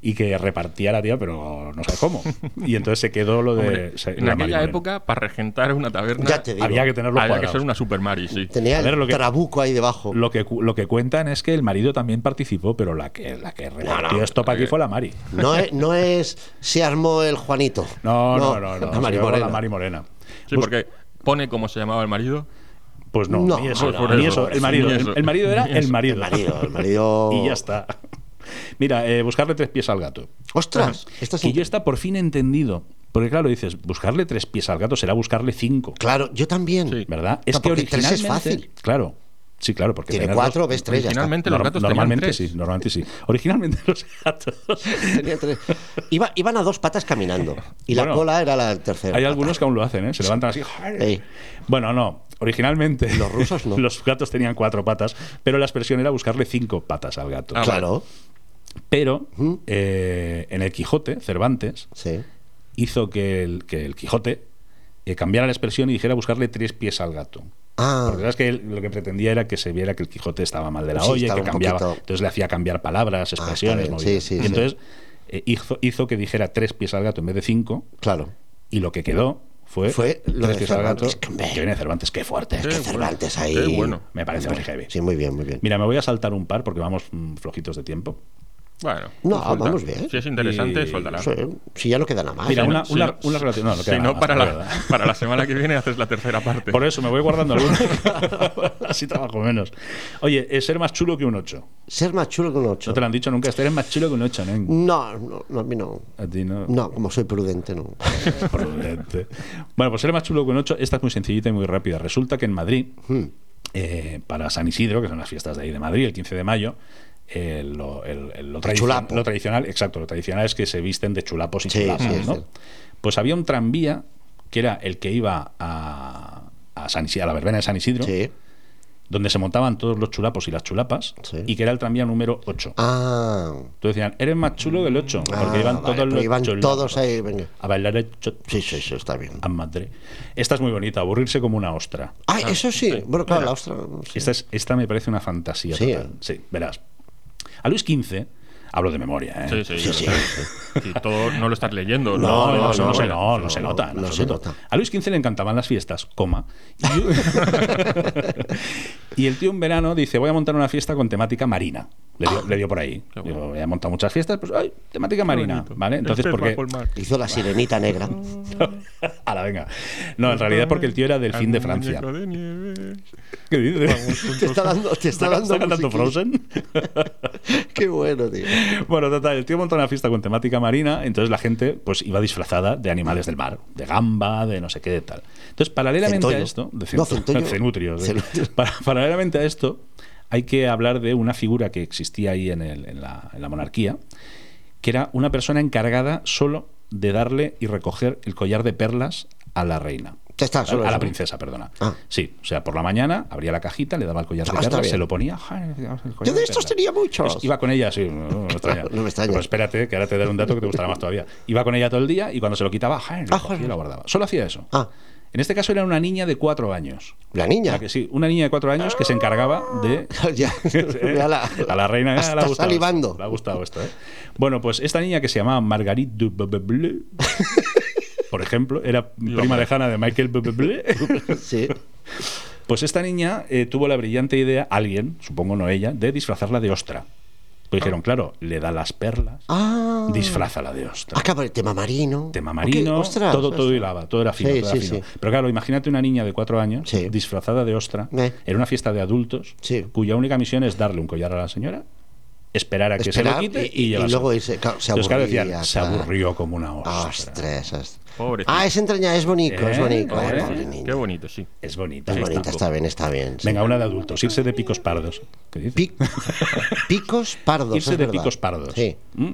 [SPEAKER 3] y que repartía la tía, pero no sé cómo. Y entonces se quedó lo de.
[SPEAKER 2] Hombre,
[SPEAKER 3] se-
[SPEAKER 2] en
[SPEAKER 3] la Mari
[SPEAKER 2] aquella
[SPEAKER 3] Moreno.
[SPEAKER 2] época, para regentar una taberna,
[SPEAKER 1] Ya te digo.
[SPEAKER 3] había que tenerlo
[SPEAKER 2] había que
[SPEAKER 3] cuadrado.
[SPEAKER 2] ser una Super Mari, sí.
[SPEAKER 1] Tenía
[SPEAKER 3] A ver,
[SPEAKER 1] el
[SPEAKER 3] lo que-
[SPEAKER 1] trabuco ahí debajo.
[SPEAKER 3] Lo que, cu- lo que cuentan es que el marido también participó, pero la que, la que repartió esto para aquí fue la Mari.
[SPEAKER 1] No, es, no es se armó el Juanito.
[SPEAKER 3] No, no, no. no,
[SPEAKER 1] la Mari
[SPEAKER 3] se llevaba
[SPEAKER 1] Morena.
[SPEAKER 3] la Mari Morena.
[SPEAKER 2] Sí,
[SPEAKER 3] Pues-
[SPEAKER 2] porque pone cómo se llamaba el marido.
[SPEAKER 3] Pues no,
[SPEAKER 1] No,
[SPEAKER 3] ni eso.
[SPEAKER 1] no,
[SPEAKER 3] ni
[SPEAKER 2] no,
[SPEAKER 3] eso,
[SPEAKER 2] no,
[SPEAKER 3] el marido.
[SPEAKER 2] ni
[SPEAKER 3] el-
[SPEAKER 2] eso.
[SPEAKER 3] el marido era
[SPEAKER 2] Ni
[SPEAKER 3] el
[SPEAKER 2] eso.
[SPEAKER 3] marido.
[SPEAKER 1] El marido, el marido.
[SPEAKER 3] Y ya está. Mira, eh, buscarle tres pies al gato.
[SPEAKER 1] Ostras, esta es
[SPEAKER 3] que
[SPEAKER 1] in-
[SPEAKER 3] yo está por fin he entendido. Porque claro, dices, buscarle tres pies al gato será buscarle cinco.
[SPEAKER 1] Claro, yo también.
[SPEAKER 2] Sí.
[SPEAKER 3] ¿Verdad?
[SPEAKER 1] No, porque tres es fácil.
[SPEAKER 3] Claro. Sí, claro, porque
[SPEAKER 1] Tiene
[SPEAKER 3] tener
[SPEAKER 1] cuatro,
[SPEAKER 3] dos-
[SPEAKER 1] ves tres, ya está.
[SPEAKER 2] Originalmente los
[SPEAKER 3] Nor-
[SPEAKER 2] gatos
[SPEAKER 3] normalmente
[SPEAKER 2] tenían tres.
[SPEAKER 3] sí, normalmente sí. Originalmente los gatos.
[SPEAKER 1] Tenía tres. Iba- iban a dos patas caminando. Y la
[SPEAKER 3] Bueno,
[SPEAKER 1] cola era la tercera.
[SPEAKER 3] Hay
[SPEAKER 1] pata.
[SPEAKER 3] algunos que aún lo hacen, ¿eh? Se levantan así.
[SPEAKER 1] Ey.
[SPEAKER 3] Bueno, no. Originalmente
[SPEAKER 1] Los rusos no.
[SPEAKER 3] los gatos tenían cuatro patas, pero la expresión era buscarle cinco patas al gato.
[SPEAKER 2] Ah,
[SPEAKER 1] Claro,
[SPEAKER 3] Pero
[SPEAKER 1] Ujú.
[SPEAKER 3] eh, en el Quijote, Cervantes
[SPEAKER 1] sí.
[SPEAKER 3] hizo que el, que el Quijote eh, cambiara la expresión y dijera buscarle tres pies al gato.
[SPEAKER 1] Ah,
[SPEAKER 3] Porque sabes que él- lo que pretendía era que se viera que el Quijote estaba mal de la
[SPEAKER 1] Sí,
[SPEAKER 3] olla y
[SPEAKER 1] estaba
[SPEAKER 3] que
[SPEAKER 1] un
[SPEAKER 3] cambiaba.
[SPEAKER 1] poquito- Ah,
[SPEAKER 3] Entonces le hacía cambiar palabras,
[SPEAKER 1] está
[SPEAKER 3] expresiones,
[SPEAKER 1] bien. Sí,
[SPEAKER 3] movidas.
[SPEAKER 1] sí,
[SPEAKER 3] Y
[SPEAKER 1] sí.
[SPEAKER 3] entonces eh, hizo, hizo que dijera tres pies al gato en vez de cinco,
[SPEAKER 1] claro.
[SPEAKER 3] y lo que quedó fue,
[SPEAKER 1] Fue lo
[SPEAKER 3] tres
[SPEAKER 1] de
[SPEAKER 3] pies al gato.
[SPEAKER 1] Cervantes, que me-
[SPEAKER 3] Que viene Cervantes, qué fuerte.
[SPEAKER 1] Es que
[SPEAKER 2] bueno,
[SPEAKER 1] Cervantes ahí.
[SPEAKER 2] qué bueno.
[SPEAKER 3] Me parece muy heavy.
[SPEAKER 1] Sí, muy bien, muy bien.
[SPEAKER 3] Mira, me voy a saltar un par porque vamos mm, flojitos de tiempo.
[SPEAKER 2] Bueno,
[SPEAKER 1] No,
[SPEAKER 2] pues suelta.
[SPEAKER 1] vamos bien.
[SPEAKER 2] Si es interesante,
[SPEAKER 3] Y-
[SPEAKER 2] suéltala.
[SPEAKER 1] Sí, si ya no queda nada más. ¿eh?
[SPEAKER 3] Mira,
[SPEAKER 1] ¿no?
[SPEAKER 3] una-
[SPEAKER 2] Si no-
[SPEAKER 3] relación- no, no queda
[SPEAKER 2] Si
[SPEAKER 3] nada
[SPEAKER 2] no,
[SPEAKER 3] más,
[SPEAKER 2] para
[SPEAKER 3] la
[SPEAKER 2] la,
[SPEAKER 3] verdad.
[SPEAKER 2] para la semana que viene haces la tercera parte.
[SPEAKER 3] Por eso me voy guardando algunos. Así trabajo menos. Oye, es ser más chulo que un 8.
[SPEAKER 1] Ser más chulo que un ocho.
[SPEAKER 3] No te lo han dicho nunca. Este eres más chulo que un 8, ¿no?
[SPEAKER 1] No, no, no, a mí no.
[SPEAKER 3] A ti no.
[SPEAKER 1] No, como soy prudente, no.
[SPEAKER 3] Prudente. Bueno, pues ser más chulo que un 8. Esta es muy sencillita y muy rápida. Resulta que en Madrid,
[SPEAKER 1] Hmm.
[SPEAKER 3] eh, para San Isidro, que son las fiestas de ahí de Madrid, el 15 de mayo, eh, lo, el- el- lo tradici-
[SPEAKER 1] chulapo.
[SPEAKER 3] lo tradicional, exacto, lo tradicional es que se visten de chulapos y
[SPEAKER 1] Sí,
[SPEAKER 3] chulapas,
[SPEAKER 1] sí, es
[SPEAKER 3] ¿no?
[SPEAKER 1] cierto.
[SPEAKER 3] Pues había un tranvía que era el que iba a, a San Isidro, a la verbena de San Isidro,
[SPEAKER 1] Sí.
[SPEAKER 3] donde se montaban todos los chulapos y las chulapas,
[SPEAKER 1] Sí.
[SPEAKER 3] y que era el tranvía número 8.
[SPEAKER 1] Ah.
[SPEAKER 3] Entonces decían, eres más chulo que el 8, porque
[SPEAKER 1] Ah,
[SPEAKER 3] iban
[SPEAKER 1] vale,
[SPEAKER 3] todos
[SPEAKER 1] pero
[SPEAKER 3] los
[SPEAKER 1] iban
[SPEAKER 3] chulapos
[SPEAKER 1] todos eh. ahí, venga.
[SPEAKER 3] a bailar el cho-
[SPEAKER 1] Sí, sí, sí, está bien.
[SPEAKER 3] a madre. Esta es muy bonita, aburrirse como una ostra.
[SPEAKER 1] Ah, eso sí. Bueno, claro, la ostra. no sé.
[SPEAKER 3] Esta, es, esta me parece una fantasía.
[SPEAKER 1] Sí. ¿eh?
[SPEAKER 3] total. Sí, verás. A Luis XV, hablo de memoria, ¿eh?
[SPEAKER 2] Sí, sí,
[SPEAKER 1] Sí,
[SPEAKER 2] sí.
[SPEAKER 1] sí.
[SPEAKER 2] Y todo no lo estás leyendo.
[SPEAKER 3] No, no, no,
[SPEAKER 1] no,
[SPEAKER 3] no,
[SPEAKER 1] no,
[SPEAKER 3] se,
[SPEAKER 1] no,
[SPEAKER 3] no, no se
[SPEAKER 1] no,
[SPEAKER 3] nota. en
[SPEAKER 1] no se
[SPEAKER 3] absoluto.
[SPEAKER 1] nota.
[SPEAKER 3] A Luis XV le encantaban las fiestas, coma. Y, y el tío un verano dice, voy a montar una fiesta con temática marina. Le dio, le dio por ahí.
[SPEAKER 2] Qué
[SPEAKER 3] Digo,
[SPEAKER 2] bueno.
[SPEAKER 3] voy a montar muchas fiestas, pues ay, temática marina.
[SPEAKER 2] bonito.
[SPEAKER 3] ¿Vale? Entonces,
[SPEAKER 2] Este
[SPEAKER 3] porque...
[SPEAKER 2] bajo el mar.
[SPEAKER 1] Hizo la sirenita negra.
[SPEAKER 3] A la venga. No, en realidad porque el tío era del fin de Francia.
[SPEAKER 2] Muñeco de nieve.
[SPEAKER 3] ¿Qué dices?
[SPEAKER 1] Te está dando, te está dando.
[SPEAKER 3] cantando
[SPEAKER 1] musiquita.
[SPEAKER 3] Frozen?
[SPEAKER 1] Qué bueno, tío.
[SPEAKER 3] Bueno, total, el tío montó una fiesta con temática marina, entonces la gente pues iba disfrazada de animales del mar, de gamba, de no sé qué, de tal. Entonces, paralelamente a
[SPEAKER 1] Centollo.
[SPEAKER 3] esto, de
[SPEAKER 1] No,
[SPEAKER 3] centu-
[SPEAKER 1] centollo.
[SPEAKER 3] cenutrios, eh.
[SPEAKER 1] Cenutrios.
[SPEAKER 3] Para- paralelamente a esto, hay que hablar de una figura que existía ahí en, el- en la, en la monarquía, que era una persona encargada solo de darle y recoger el collar de perlas a la reina.
[SPEAKER 1] Ya está, solo
[SPEAKER 3] a la
[SPEAKER 1] eso.
[SPEAKER 3] princesa, perdona.
[SPEAKER 1] Ah.
[SPEAKER 3] Sí, o sea, por la mañana abría la cajita, le daba el collar de
[SPEAKER 1] Ah, está
[SPEAKER 3] perlas,
[SPEAKER 1] bien.
[SPEAKER 3] se lo ponía. ¡ay, el collar
[SPEAKER 1] Yo de
[SPEAKER 3] de
[SPEAKER 1] estos
[SPEAKER 3] perlas!
[SPEAKER 1] tenía muchos.
[SPEAKER 3] Pues iba con ella, sí, no, no me extraña.
[SPEAKER 1] No me extraña.
[SPEAKER 3] Pero espérate, que ahora te daré un dato que te gustará más todavía. Iba con ella todo el día y cuando se lo quitaba, ¡ja! lo
[SPEAKER 1] Ah,
[SPEAKER 3] cogía y
[SPEAKER 1] joder.
[SPEAKER 3] lo guardaba. Solo hacía eso.
[SPEAKER 1] Ah.
[SPEAKER 3] En este caso era una niña de cuatro años.
[SPEAKER 1] La niña.
[SPEAKER 3] La que sí, una niña de cuatro años que se encargaba de.
[SPEAKER 1] Ya, ya la-
[SPEAKER 3] a la reina eh,
[SPEAKER 1] Hasta
[SPEAKER 3] le ha gustado
[SPEAKER 1] salivando.
[SPEAKER 3] esto, le ha gustado esto. ¿eh? Bueno, pues esta niña que se llamaba Marguerite de Bebble, por ejemplo, era prima
[SPEAKER 2] hombre.
[SPEAKER 3] lejana de Michael Bebble.
[SPEAKER 1] Sí.
[SPEAKER 3] Pues esta niña eh, tuvo la brillante idea, alguien, supongo no ella, de disfrazarla de ostra. Pues dijeron, claro, le da las perlas,
[SPEAKER 1] Ah.
[SPEAKER 3] disfrázala de ostra.
[SPEAKER 1] Acaba el tema marino.
[SPEAKER 3] Tema
[SPEAKER 1] Ok,
[SPEAKER 3] marino,
[SPEAKER 1] ostras,
[SPEAKER 3] todo, todo
[SPEAKER 1] ostras.
[SPEAKER 3] hilaba, todo era fino.
[SPEAKER 1] Sí,
[SPEAKER 3] todo era
[SPEAKER 1] sí,
[SPEAKER 3] fino.
[SPEAKER 1] sí.
[SPEAKER 3] Pero claro, imagínate una niña de cuatro años
[SPEAKER 1] Sí.
[SPEAKER 3] disfrazada de ostra
[SPEAKER 1] Eh.
[SPEAKER 3] en una fiesta de adultos
[SPEAKER 1] Sí.
[SPEAKER 3] cuya única misión es darle un collar a la señora, esperar a que
[SPEAKER 1] Esperar
[SPEAKER 3] se lo quite
[SPEAKER 1] y-
[SPEAKER 3] y,
[SPEAKER 1] y
[SPEAKER 3] llevarse.
[SPEAKER 1] luego irse. Claro, se
[SPEAKER 3] Entonces, claro, decían,
[SPEAKER 1] aburría,
[SPEAKER 3] se
[SPEAKER 1] claro.
[SPEAKER 3] aburrió como una ostra.
[SPEAKER 1] Ostras, ostras.
[SPEAKER 2] Pobrecito.
[SPEAKER 1] Ah, es entraña, es bonito, es
[SPEAKER 3] Eh,
[SPEAKER 1] bonito.
[SPEAKER 3] eh,
[SPEAKER 1] eh,
[SPEAKER 2] Hombre,
[SPEAKER 1] pobre niño.
[SPEAKER 2] Qué bonito, sí.
[SPEAKER 3] Es bonita.
[SPEAKER 1] Es
[SPEAKER 3] esta.
[SPEAKER 1] bonita, está bien, está bien. sí.
[SPEAKER 3] Venga, una de adultos, irse de picos pardos. ¿Qué dices?
[SPEAKER 1] Pic- picos pardos.
[SPEAKER 3] Irse
[SPEAKER 1] es
[SPEAKER 3] de
[SPEAKER 1] verdad.
[SPEAKER 3] picos pardos.
[SPEAKER 1] Sí.
[SPEAKER 3] ¿Mm?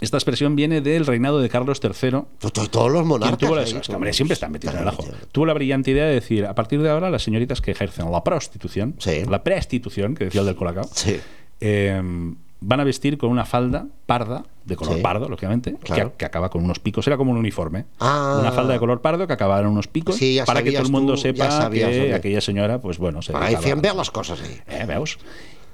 [SPEAKER 3] Esta expresión viene del reinado de Carlos III.
[SPEAKER 1] To- to- Todos los
[SPEAKER 3] quien
[SPEAKER 1] monarcas.
[SPEAKER 3] tuvo la-
[SPEAKER 1] ahí,
[SPEAKER 3] es que,
[SPEAKER 1] todos.
[SPEAKER 3] hombre, siempre están metidos en el ajo.
[SPEAKER 1] Totalmente.
[SPEAKER 3] Tuvo la brillante idea de decir, a partir de ahora, las señoritas que ejercen la prostitución,
[SPEAKER 1] Sí.
[SPEAKER 3] la prostitución, que decía el del Colacao,
[SPEAKER 1] Sí.
[SPEAKER 3] eh, van a vestir con una falda parda, de color
[SPEAKER 1] Sí.
[SPEAKER 3] pardo, lógicamente, que-
[SPEAKER 1] Claro.
[SPEAKER 3] que, acaba con unos picos. Era como un uniforme.
[SPEAKER 1] Ah.
[SPEAKER 3] Una falda de color pardo que acababa en unos picos
[SPEAKER 1] Sí, ya
[SPEAKER 3] para que todo
[SPEAKER 1] sabías
[SPEAKER 3] el mundo
[SPEAKER 1] tú, ya
[SPEAKER 3] sepa
[SPEAKER 1] sabías,
[SPEAKER 3] que
[SPEAKER 1] hombre.
[SPEAKER 3] aquella señora, pues bueno, se
[SPEAKER 1] Ahí
[SPEAKER 3] dedicaba-
[SPEAKER 1] cien ver las cosas ahí.
[SPEAKER 3] Eh, veus?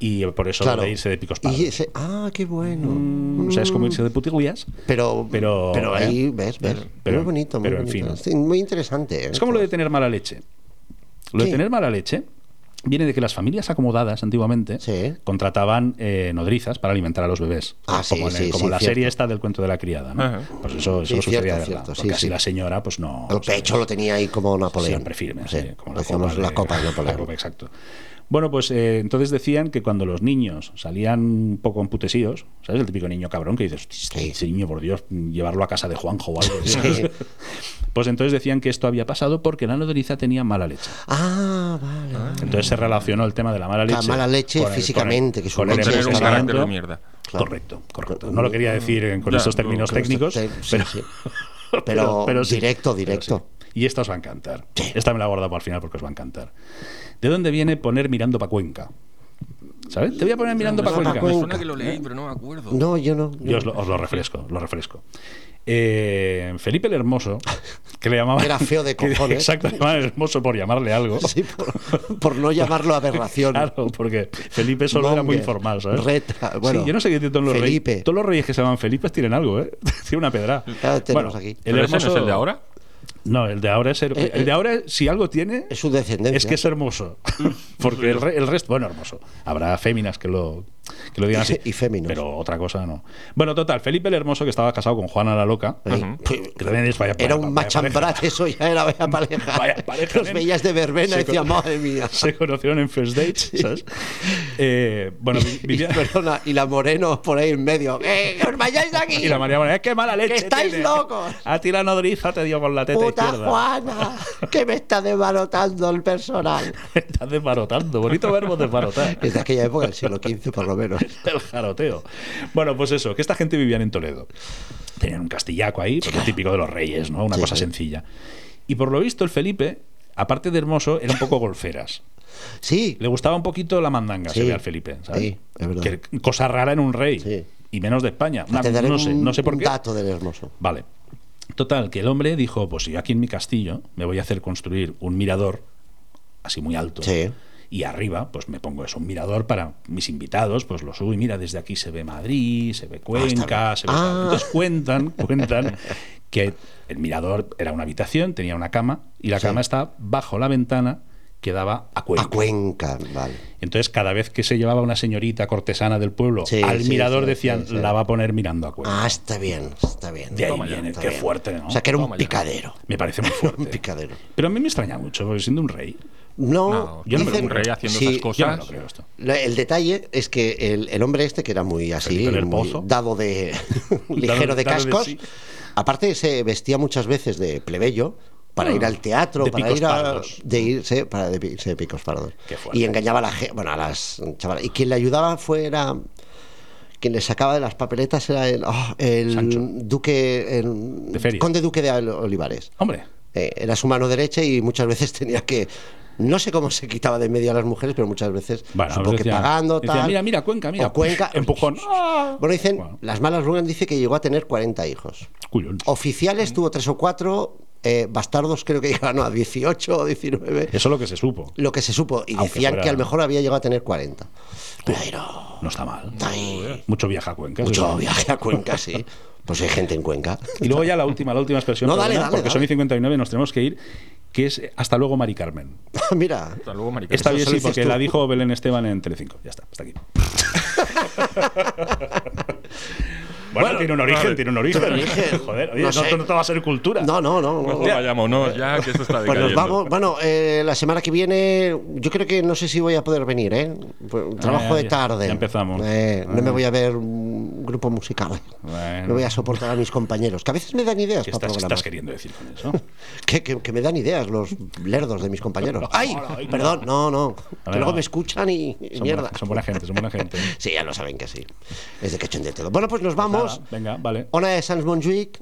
[SPEAKER 3] Y por eso
[SPEAKER 1] Claro.
[SPEAKER 3] de irse de picos pardos.
[SPEAKER 1] y ese, ah, qué bueno.
[SPEAKER 3] Mm, O sea, es como irse de putigillas.
[SPEAKER 1] Pero,
[SPEAKER 3] Pero-
[SPEAKER 1] pero, ahí
[SPEAKER 3] eh,
[SPEAKER 1] ves, ves.
[SPEAKER 3] pero-
[SPEAKER 1] muy bonito, muy
[SPEAKER 3] pero, en
[SPEAKER 1] bonito.
[SPEAKER 3] fin.
[SPEAKER 1] Sí, muy interesante. ¿eh?
[SPEAKER 3] Es como lo de tener mala leche. Lo de
[SPEAKER 1] ¿Qué?
[SPEAKER 3] tener mala leche viene de que las familias acomodadas antiguamente
[SPEAKER 1] Sí.
[SPEAKER 3] contrataban eh, nodrizas para alimentar a los bebés.
[SPEAKER 1] Ah, sí,
[SPEAKER 3] como en el-
[SPEAKER 1] sí,
[SPEAKER 3] como
[SPEAKER 1] sí,
[SPEAKER 3] la
[SPEAKER 1] cierto.
[SPEAKER 3] serie esta del cuento de la criada. ¿no?
[SPEAKER 2] Ajá.
[SPEAKER 3] Pues eso, eso
[SPEAKER 1] Sí,
[SPEAKER 3] sucedía
[SPEAKER 1] cierto,
[SPEAKER 3] de verdad.
[SPEAKER 1] cierto,
[SPEAKER 3] porque
[SPEAKER 1] sí,
[SPEAKER 3] así
[SPEAKER 1] sí.
[SPEAKER 3] la señora, pues no.
[SPEAKER 1] El
[SPEAKER 3] o sea,
[SPEAKER 1] pecho lo tenía ahí como Napoleón.
[SPEAKER 3] Siempre firme, sí, como la
[SPEAKER 1] Decíamos
[SPEAKER 3] copa, de,
[SPEAKER 1] la copa de
[SPEAKER 3] la
[SPEAKER 1] Napoleón.
[SPEAKER 3] copa, exacto. Bueno, pues eh, entonces decían que cuando los niños salían un poco emputecidos, ¿sabes? El típico niño cabrón que dices, "Hostia,
[SPEAKER 1] Sí.
[SPEAKER 3] este niño, por Dios, llevarlo a casa de Juanjo o algo.
[SPEAKER 1] Sí.
[SPEAKER 3] Pues entonces decían que esto había pasado porque la nodriza tenía mala leche.
[SPEAKER 1] Ah, vale. vale.
[SPEAKER 3] Entonces se relacionó el tema de la mala
[SPEAKER 1] La
[SPEAKER 3] leche.
[SPEAKER 1] Ah, mala leche físicamente, que su
[SPEAKER 3] el
[SPEAKER 1] leche
[SPEAKER 2] Tener un
[SPEAKER 1] Entonces,
[SPEAKER 2] carácter de
[SPEAKER 3] empoderamiento.
[SPEAKER 2] mierda.
[SPEAKER 1] Claro.
[SPEAKER 3] Correcto, correcto. No lo quería decir eh, con
[SPEAKER 2] Ya,
[SPEAKER 3] estos términos
[SPEAKER 2] con
[SPEAKER 3] técnicos,
[SPEAKER 1] Sí, sí,
[SPEAKER 3] pero,
[SPEAKER 1] sí.
[SPEAKER 3] pero,
[SPEAKER 1] Pero
[SPEAKER 3] sí,
[SPEAKER 1] directo,
[SPEAKER 3] pero
[SPEAKER 1] directo.
[SPEAKER 3] sí. Y esta os va a encantar. Esta me la guardo para el final porque os va a encantar. ¿De dónde viene poner mirando pa' Cuenca? ¿Sabes? Te voy a poner mirando pa'
[SPEAKER 1] Mirando pa'
[SPEAKER 3] Cuenca.
[SPEAKER 2] Me
[SPEAKER 1] Cuenca.
[SPEAKER 2] suena que lo leí, pero no me acuerdo.
[SPEAKER 1] No, yo no. yo
[SPEAKER 3] Yo os lo, os lo refresco, os lo refresco. Eh, Felipe el Hermoso, que le llamaba.
[SPEAKER 1] Era feo de cojones.
[SPEAKER 3] Exacto, le llamaban hermoso por llamarle algo.
[SPEAKER 1] no. Sí, por, por no llamarlo aberración.
[SPEAKER 3] Claro, porque Felipe solo era muy
[SPEAKER 1] Monger,
[SPEAKER 3] informal, ¿sabes?
[SPEAKER 1] Reta, bueno,
[SPEAKER 3] sí, yo no sé qué tienen todos los
[SPEAKER 1] Felipe.
[SPEAKER 3] reyes. Todos los reyes que se llaman Felipe tienen algo, ¿eh? Tiene una pedra.
[SPEAKER 1] Ya tenemos aquí.
[SPEAKER 2] ¿Pero ese no es el de ahora?
[SPEAKER 3] No, el de ahora es her-
[SPEAKER 1] Eh,
[SPEAKER 3] el de
[SPEAKER 1] eh,
[SPEAKER 3] ahora si algo tiene
[SPEAKER 1] Es su descendencia.
[SPEAKER 3] es que es hermoso, porque el, re- el resto bueno hermoso. Habrá féminas que lo que lo digan así
[SPEAKER 1] Y féminos.
[SPEAKER 3] pero otra cosa no. Bueno, total, Felipe el hermoso que estaba casado con Juana la loca,
[SPEAKER 1] Ahí. Pues,
[SPEAKER 3] que también es vaya-
[SPEAKER 1] Era
[SPEAKER 3] vaya-
[SPEAKER 1] un
[SPEAKER 3] vaya pareja.
[SPEAKER 1] machambrat, eso ya era vaya pareja.
[SPEAKER 3] Vaya pareja,
[SPEAKER 1] Los
[SPEAKER 3] nen.
[SPEAKER 1] veías de verbena y
[SPEAKER 3] Sí,
[SPEAKER 1] decías,
[SPEAKER 3] con-
[SPEAKER 1] madre mía.
[SPEAKER 3] Se conocieron en first date, ¿sabes? Eh, bueno, vi-
[SPEAKER 1] Y,
[SPEAKER 3] vivían-
[SPEAKER 1] perdona, y la Moreno por ahí en medio. ¡Eh, que os vayáis de aquí!
[SPEAKER 3] Y la María Morena, ¡qué mala leche!
[SPEAKER 1] estáis
[SPEAKER 3] tiene!
[SPEAKER 1] locos!
[SPEAKER 3] A ti la nodriza te dio con la teta
[SPEAKER 1] ¡Puta
[SPEAKER 3] izquierda.
[SPEAKER 1] Juana! ¡Que me está desbarotando el personal!
[SPEAKER 3] Estás desbarotando. Bonito verbo desbarotar.
[SPEAKER 1] Es de aquella época, del siglo XV por lo menos.
[SPEAKER 3] El jaroteo. Bueno, pues eso, que esta gente vivían en Toledo. Tenían un castillaco ahí, porque típico de los reyes, ¿no? Una
[SPEAKER 1] Sí,
[SPEAKER 3] cosa
[SPEAKER 1] sí.
[SPEAKER 3] sencilla. Y por lo visto, el Felipe, aparte de hermoso, era un poco golferas.
[SPEAKER 1] Sí,
[SPEAKER 3] Le gustaba un poquito la mandanga, se
[SPEAKER 1] Sí.
[SPEAKER 3] ve al Felipe, ¿sabes?
[SPEAKER 1] Sí, es verdad.
[SPEAKER 3] Que- cosa rara en un rey.
[SPEAKER 1] Sí.
[SPEAKER 3] Y menos de España. Una-
[SPEAKER 1] te daré
[SPEAKER 3] no sé,
[SPEAKER 1] un-
[SPEAKER 3] no sé por
[SPEAKER 1] un
[SPEAKER 3] qué.
[SPEAKER 1] dato del hermoso.
[SPEAKER 3] Vale. Total, que el hombre dijo, pues yo aquí en mi castillo me voy a hacer construir un mirador, así muy alto.
[SPEAKER 1] Sí.
[SPEAKER 3] Y arriba, pues me pongo eso, un mirador para mis invitados, pues lo subo y mira, desde aquí se ve Madrid, se ve Cuenca,
[SPEAKER 1] Ah, está bien.
[SPEAKER 3] se ve... tal.
[SPEAKER 1] Ah.
[SPEAKER 3] Entonces cuentan, cuentan que el mirador era una habitación, tenía una cama, y la
[SPEAKER 1] Sí.
[SPEAKER 3] cama estaba bajo la ventana que daba a Cuenca.
[SPEAKER 1] A Cuenca, vale.
[SPEAKER 3] Entonces, cada vez que se llevaba una señorita cortesana del pueblo
[SPEAKER 1] Sí,
[SPEAKER 3] al
[SPEAKER 1] sí,
[SPEAKER 3] mirador,
[SPEAKER 1] sí,
[SPEAKER 3] decían,
[SPEAKER 1] sí, sí.
[SPEAKER 3] la va a poner mirando a Cuenca.
[SPEAKER 1] Ah, está bien, está bien.
[SPEAKER 3] De ahí
[SPEAKER 2] Toma ya,
[SPEAKER 3] viene,
[SPEAKER 1] está
[SPEAKER 3] qué
[SPEAKER 1] bien.
[SPEAKER 3] fuerte, ¿no?
[SPEAKER 1] O sea, que era un
[SPEAKER 2] Toma ya.
[SPEAKER 1] picadero.
[SPEAKER 3] Me parece muy
[SPEAKER 1] Un
[SPEAKER 3] fuerte.
[SPEAKER 1] picadero.
[SPEAKER 3] Pero a mí me extraña mucho, porque siendo un rey,
[SPEAKER 1] No,
[SPEAKER 2] No, yo no me
[SPEAKER 1] dicen-
[SPEAKER 2] un rey haciendo
[SPEAKER 1] sí,
[SPEAKER 2] esas
[SPEAKER 3] yo no me lo
[SPEAKER 2] cosas.
[SPEAKER 3] creo esto.
[SPEAKER 1] La- El detalle es que el, el hombre este, que era muy así,
[SPEAKER 3] Felipe del
[SPEAKER 1] muy
[SPEAKER 3] Pozo.
[SPEAKER 1] dado de ligero de
[SPEAKER 3] dado de
[SPEAKER 1] cascos,
[SPEAKER 3] sí.
[SPEAKER 1] aparte se vestía muchas veces de plebeyo para
[SPEAKER 3] Ah,
[SPEAKER 1] ir al teatro,
[SPEAKER 3] de
[SPEAKER 1] para
[SPEAKER 3] picos
[SPEAKER 1] ir a,
[SPEAKER 3] pardos.
[SPEAKER 1] de irse para de, irse de picos pardos.
[SPEAKER 3] Qué fuerte.
[SPEAKER 1] Y engañaba a la gente, bueno, a las chavalas. Y quien le ayudaba fuera quien le sacaba de las papeletas era el, oh, el
[SPEAKER 3] Sancho.
[SPEAKER 1] duque, el
[SPEAKER 3] De Feria.
[SPEAKER 1] conde duque de Olivares.
[SPEAKER 3] Hombre,
[SPEAKER 1] Eh, era su mano derecha y muchas veces tenía que. No sé cómo se quitaba de en medio a las mujeres, pero muchas veces
[SPEAKER 3] Bueno, pues
[SPEAKER 1] supongo
[SPEAKER 3] decía-
[SPEAKER 1] que pagando,
[SPEAKER 3] decía,
[SPEAKER 1] tal.
[SPEAKER 3] "Mira, mira, Cuenca, mira".
[SPEAKER 1] O Cuenca. Ah.
[SPEAKER 3] Empujón. Ah.
[SPEAKER 1] Bueno, dicen,
[SPEAKER 3] Bueno.
[SPEAKER 1] las malas lunas dice que llegó a tener 40 hijos.
[SPEAKER 3] culo. Mm.
[SPEAKER 1] Oficiales tuvo tres o cuatro, eh, bastardos creo que llegaron a 18 o 19.
[SPEAKER 3] Eso es lo que se supo.
[SPEAKER 1] Lo que se supo, y
[SPEAKER 3] Aunque
[SPEAKER 1] decían
[SPEAKER 3] fuera-
[SPEAKER 1] que a lo mejor había llegado a tener 40. Pero.
[SPEAKER 3] No está mal.
[SPEAKER 1] ay,
[SPEAKER 3] Mucho viaje a Cuenca. eso
[SPEAKER 1] mucho
[SPEAKER 3] sí.
[SPEAKER 1] viaje a Cuenca, sí. Pues hay gente en Cuenca.
[SPEAKER 3] Y luego ya la última, la última expresión,
[SPEAKER 1] No, dale,
[SPEAKER 3] perdona,
[SPEAKER 1] dale,
[SPEAKER 3] porque
[SPEAKER 1] dale.
[SPEAKER 3] son y 59 nos tenemos que ir, que es eh, hasta luego Mari Carmen.
[SPEAKER 1] Mira,
[SPEAKER 2] Hasta luego, maricón.
[SPEAKER 3] Esta
[SPEAKER 1] Eso
[SPEAKER 3] bien
[SPEAKER 1] se lo
[SPEAKER 3] sí,
[SPEAKER 1] dices
[SPEAKER 3] porque
[SPEAKER 1] tú.
[SPEAKER 3] la dijo Belén Esteban en Telecinco. Ya está, hasta aquí. bueno, tiene un origen,
[SPEAKER 2] vale.
[SPEAKER 3] tiene un origen.
[SPEAKER 1] Tiene un origen.
[SPEAKER 3] Joder, oye, no,
[SPEAKER 1] No sé.
[SPEAKER 3] no te va a ser cultura.
[SPEAKER 1] no, no, no. no.
[SPEAKER 2] Mejor vayámonos ya, que esto está
[SPEAKER 1] Pues nos
[SPEAKER 2] decayendo.
[SPEAKER 1] vamos. Bueno, eh, la semana que viene, yo creo que no sé si voy a poder venir, ¿eh? Pues, Trabajo
[SPEAKER 3] Ah, ya,
[SPEAKER 1] de
[SPEAKER 3] ya.
[SPEAKER 1] tarde.
[SPEAKER 3] Ya empezamos. Ah.
[SPEAKER 1] Eh, No me voy a ver un grupo musical.
[SPEAKER 3] Bueno.
[SPEAKER 1] No voy a soportar a mis compañeros, que a veces me dan ideas
[SPEAKER 3] ¿Qué
[SPEAKER 1] para
[SPEAKER 3] estás, qué
[SPEAKER 1] programas.
[SPEAKER 3] estás queriendo decir con eso?
[SPEAKER 1] Que, que- que me dan ideas los lerdos de mis compañeros.
[SPEAKER 3] No,
[SPEAKER 1] ¡Ay!
[SPEAKER 3] no, no.
[SPEAKER 1] Perdón, no, no.
[SPEAKER 3] A
[SPEAKER 1] Que
[SPEAKER 3] ver,
[SPEAKER 1] luego
[SPEAKER 3] no.
[SPEAKER 1] me escuchan y, y
[SPEAKER 3] Son
[SPEAKER 1] mierda.
[SPEAKER 3] buena, son buena gente, son buena gente.
[SPEAKER 1] Sí, ya lo saben que sí. Es de que echen de todo. Bueno, pues nos vamos.
[SPEAKER 3] Nada, venga, vale.
[SPEAKER 1] Ona de Sans Montjuic,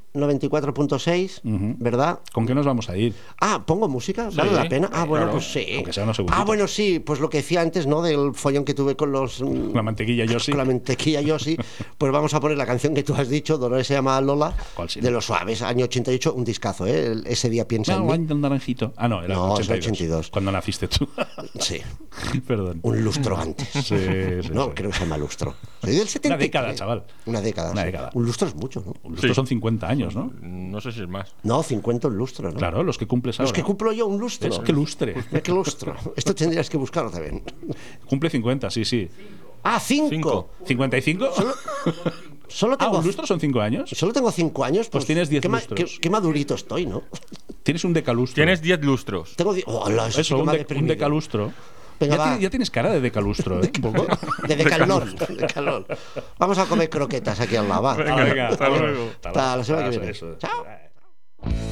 [SPEAKER 1] 94.6,
[SPEAKER 3] Ujú.
[SPEAKER 1] ¿verdad?
[SPEAKER 3] ¿Con qué nos vamos a ir?
[SPEAKER 1] Ah, pongo música, vale
[SPEAKER 2] Sí,
[SPEAKER 1] la pena. Ah, bueno,
[SPEAKER 2] claro.
[SPEAKER 1] pues sí.
[SPEAKER 3] Aunque sea unos segunditos.
[SPEAKER 1] Ah, bueno, sí, pues lo que decía antes, ¿no? Del follón que tuve con los mm,
[SPEAKER 3] La mantequilla yo sí.
[SPEAKER 1] con la mantequilla Yossi, pues vamos a poner la canción que tú has dicho, Dolores se llama Lola,
[SPEAKER 3] ¿Cuál sí?
[SPEAKER 1] de los suaves, año 88, un discazo, ¿eh? El- Ese día piensa
[SPEAKER 3] No,
[SPEAKER 1] en mí.
[SPEAKER 3] un naranjito. Ah, no, era
[SPEAKER 1] No, es
[SPEAKER 3] 82,
[SPEAKER 1] 82.
[SPEAKER 3] Cuando naciste tú.
[SPEAKER 1] Sí,
[SPEAKER 3] Perdón.
[SPEAKER 1] un lustro antes.
[SPEAKER 3] Sí, sí,
[SPEAKER 1] no,
[SPEAKER 3] sí.
[SPEAKER 1] creo que se llama lustro. Soy del 70.
[SPEAKER 3] década, chaval.
[SPEAKER 1] Una década.
[SPEAKER 3] Una
[SPEAKER 1] sí.
[SPEAKER 3] década.
[SPEAKER 1] Un lustro es mucho, ¿no?
[SPEAKER 3] Un lustro
[SPEAKER 2] Sí.
[SPEAKER 3] son 50 años, ¿no?
[SPEAKER 2] No sé si es más.
[SPEAKER 1] No, 50 un lustro, ¿no?
[SPEAKER 3] Claro, los que cumples ahora.
[SPEAKER 1] Los que cumplo yo, un lustro.
[SPEAKER 3] Es que lustre.
[SPEAKER 1] ¿Qué lustro? Esto tendrías que buscarlo también.
[SPEAKER 3] Cumple 50, sí, sí.
[SPEAKER 1] Ah, 5.
[SPEAKER 2] Cinco.
[SPEAKER 3] ¿55?
[SPEAKER 1] Solo
[SPEAKER 3] Ah,
[SPEAKER 1] tengo
[SPEAKER 3] ¿un lustro son 5 años?
[SPEAKER 1] Solo tengo 5 años, pues,
[SPEAKER 3] tienes diez
[SPEAKER 1] qué, ma-
[SPEAKER 3] lustros.
[SPEAKER 1] qué- qué madurito estoy, ¿no?
[SPEAKER 3] Tienes un decalustro.
[SPEAKER 2] Tienes 10 lustros.
[SPEAKER 1] Tengo di- Hola, eso, sí
[SPEAKER 3] Eso,
[SPEAKER 1] que
[SPEAKER 3] un,
[SPEAKER 1] me ha
[SPEAKER 3] de- un
[SPEAKER 1] deprimido.
[SPEAKER 3] decalustro.
[SPEAKER 1] Venga,
[SPEAKER 3] ya,
[SPEAKER 1] va.
[SPEAKER 3] tienes, ya tienes cara de decalustro, ¿eh? Un poco.
[SPEAKER 1] De decalón, de decalón. Vamos a comer croquetas aquí al lava.
[SPEAKER 2] Venga, hasta luego.
[SPEAKER 1] Hasta la semana que viene.
[SPEAKER 3] Eso.
[SPEAKER 1] Chao.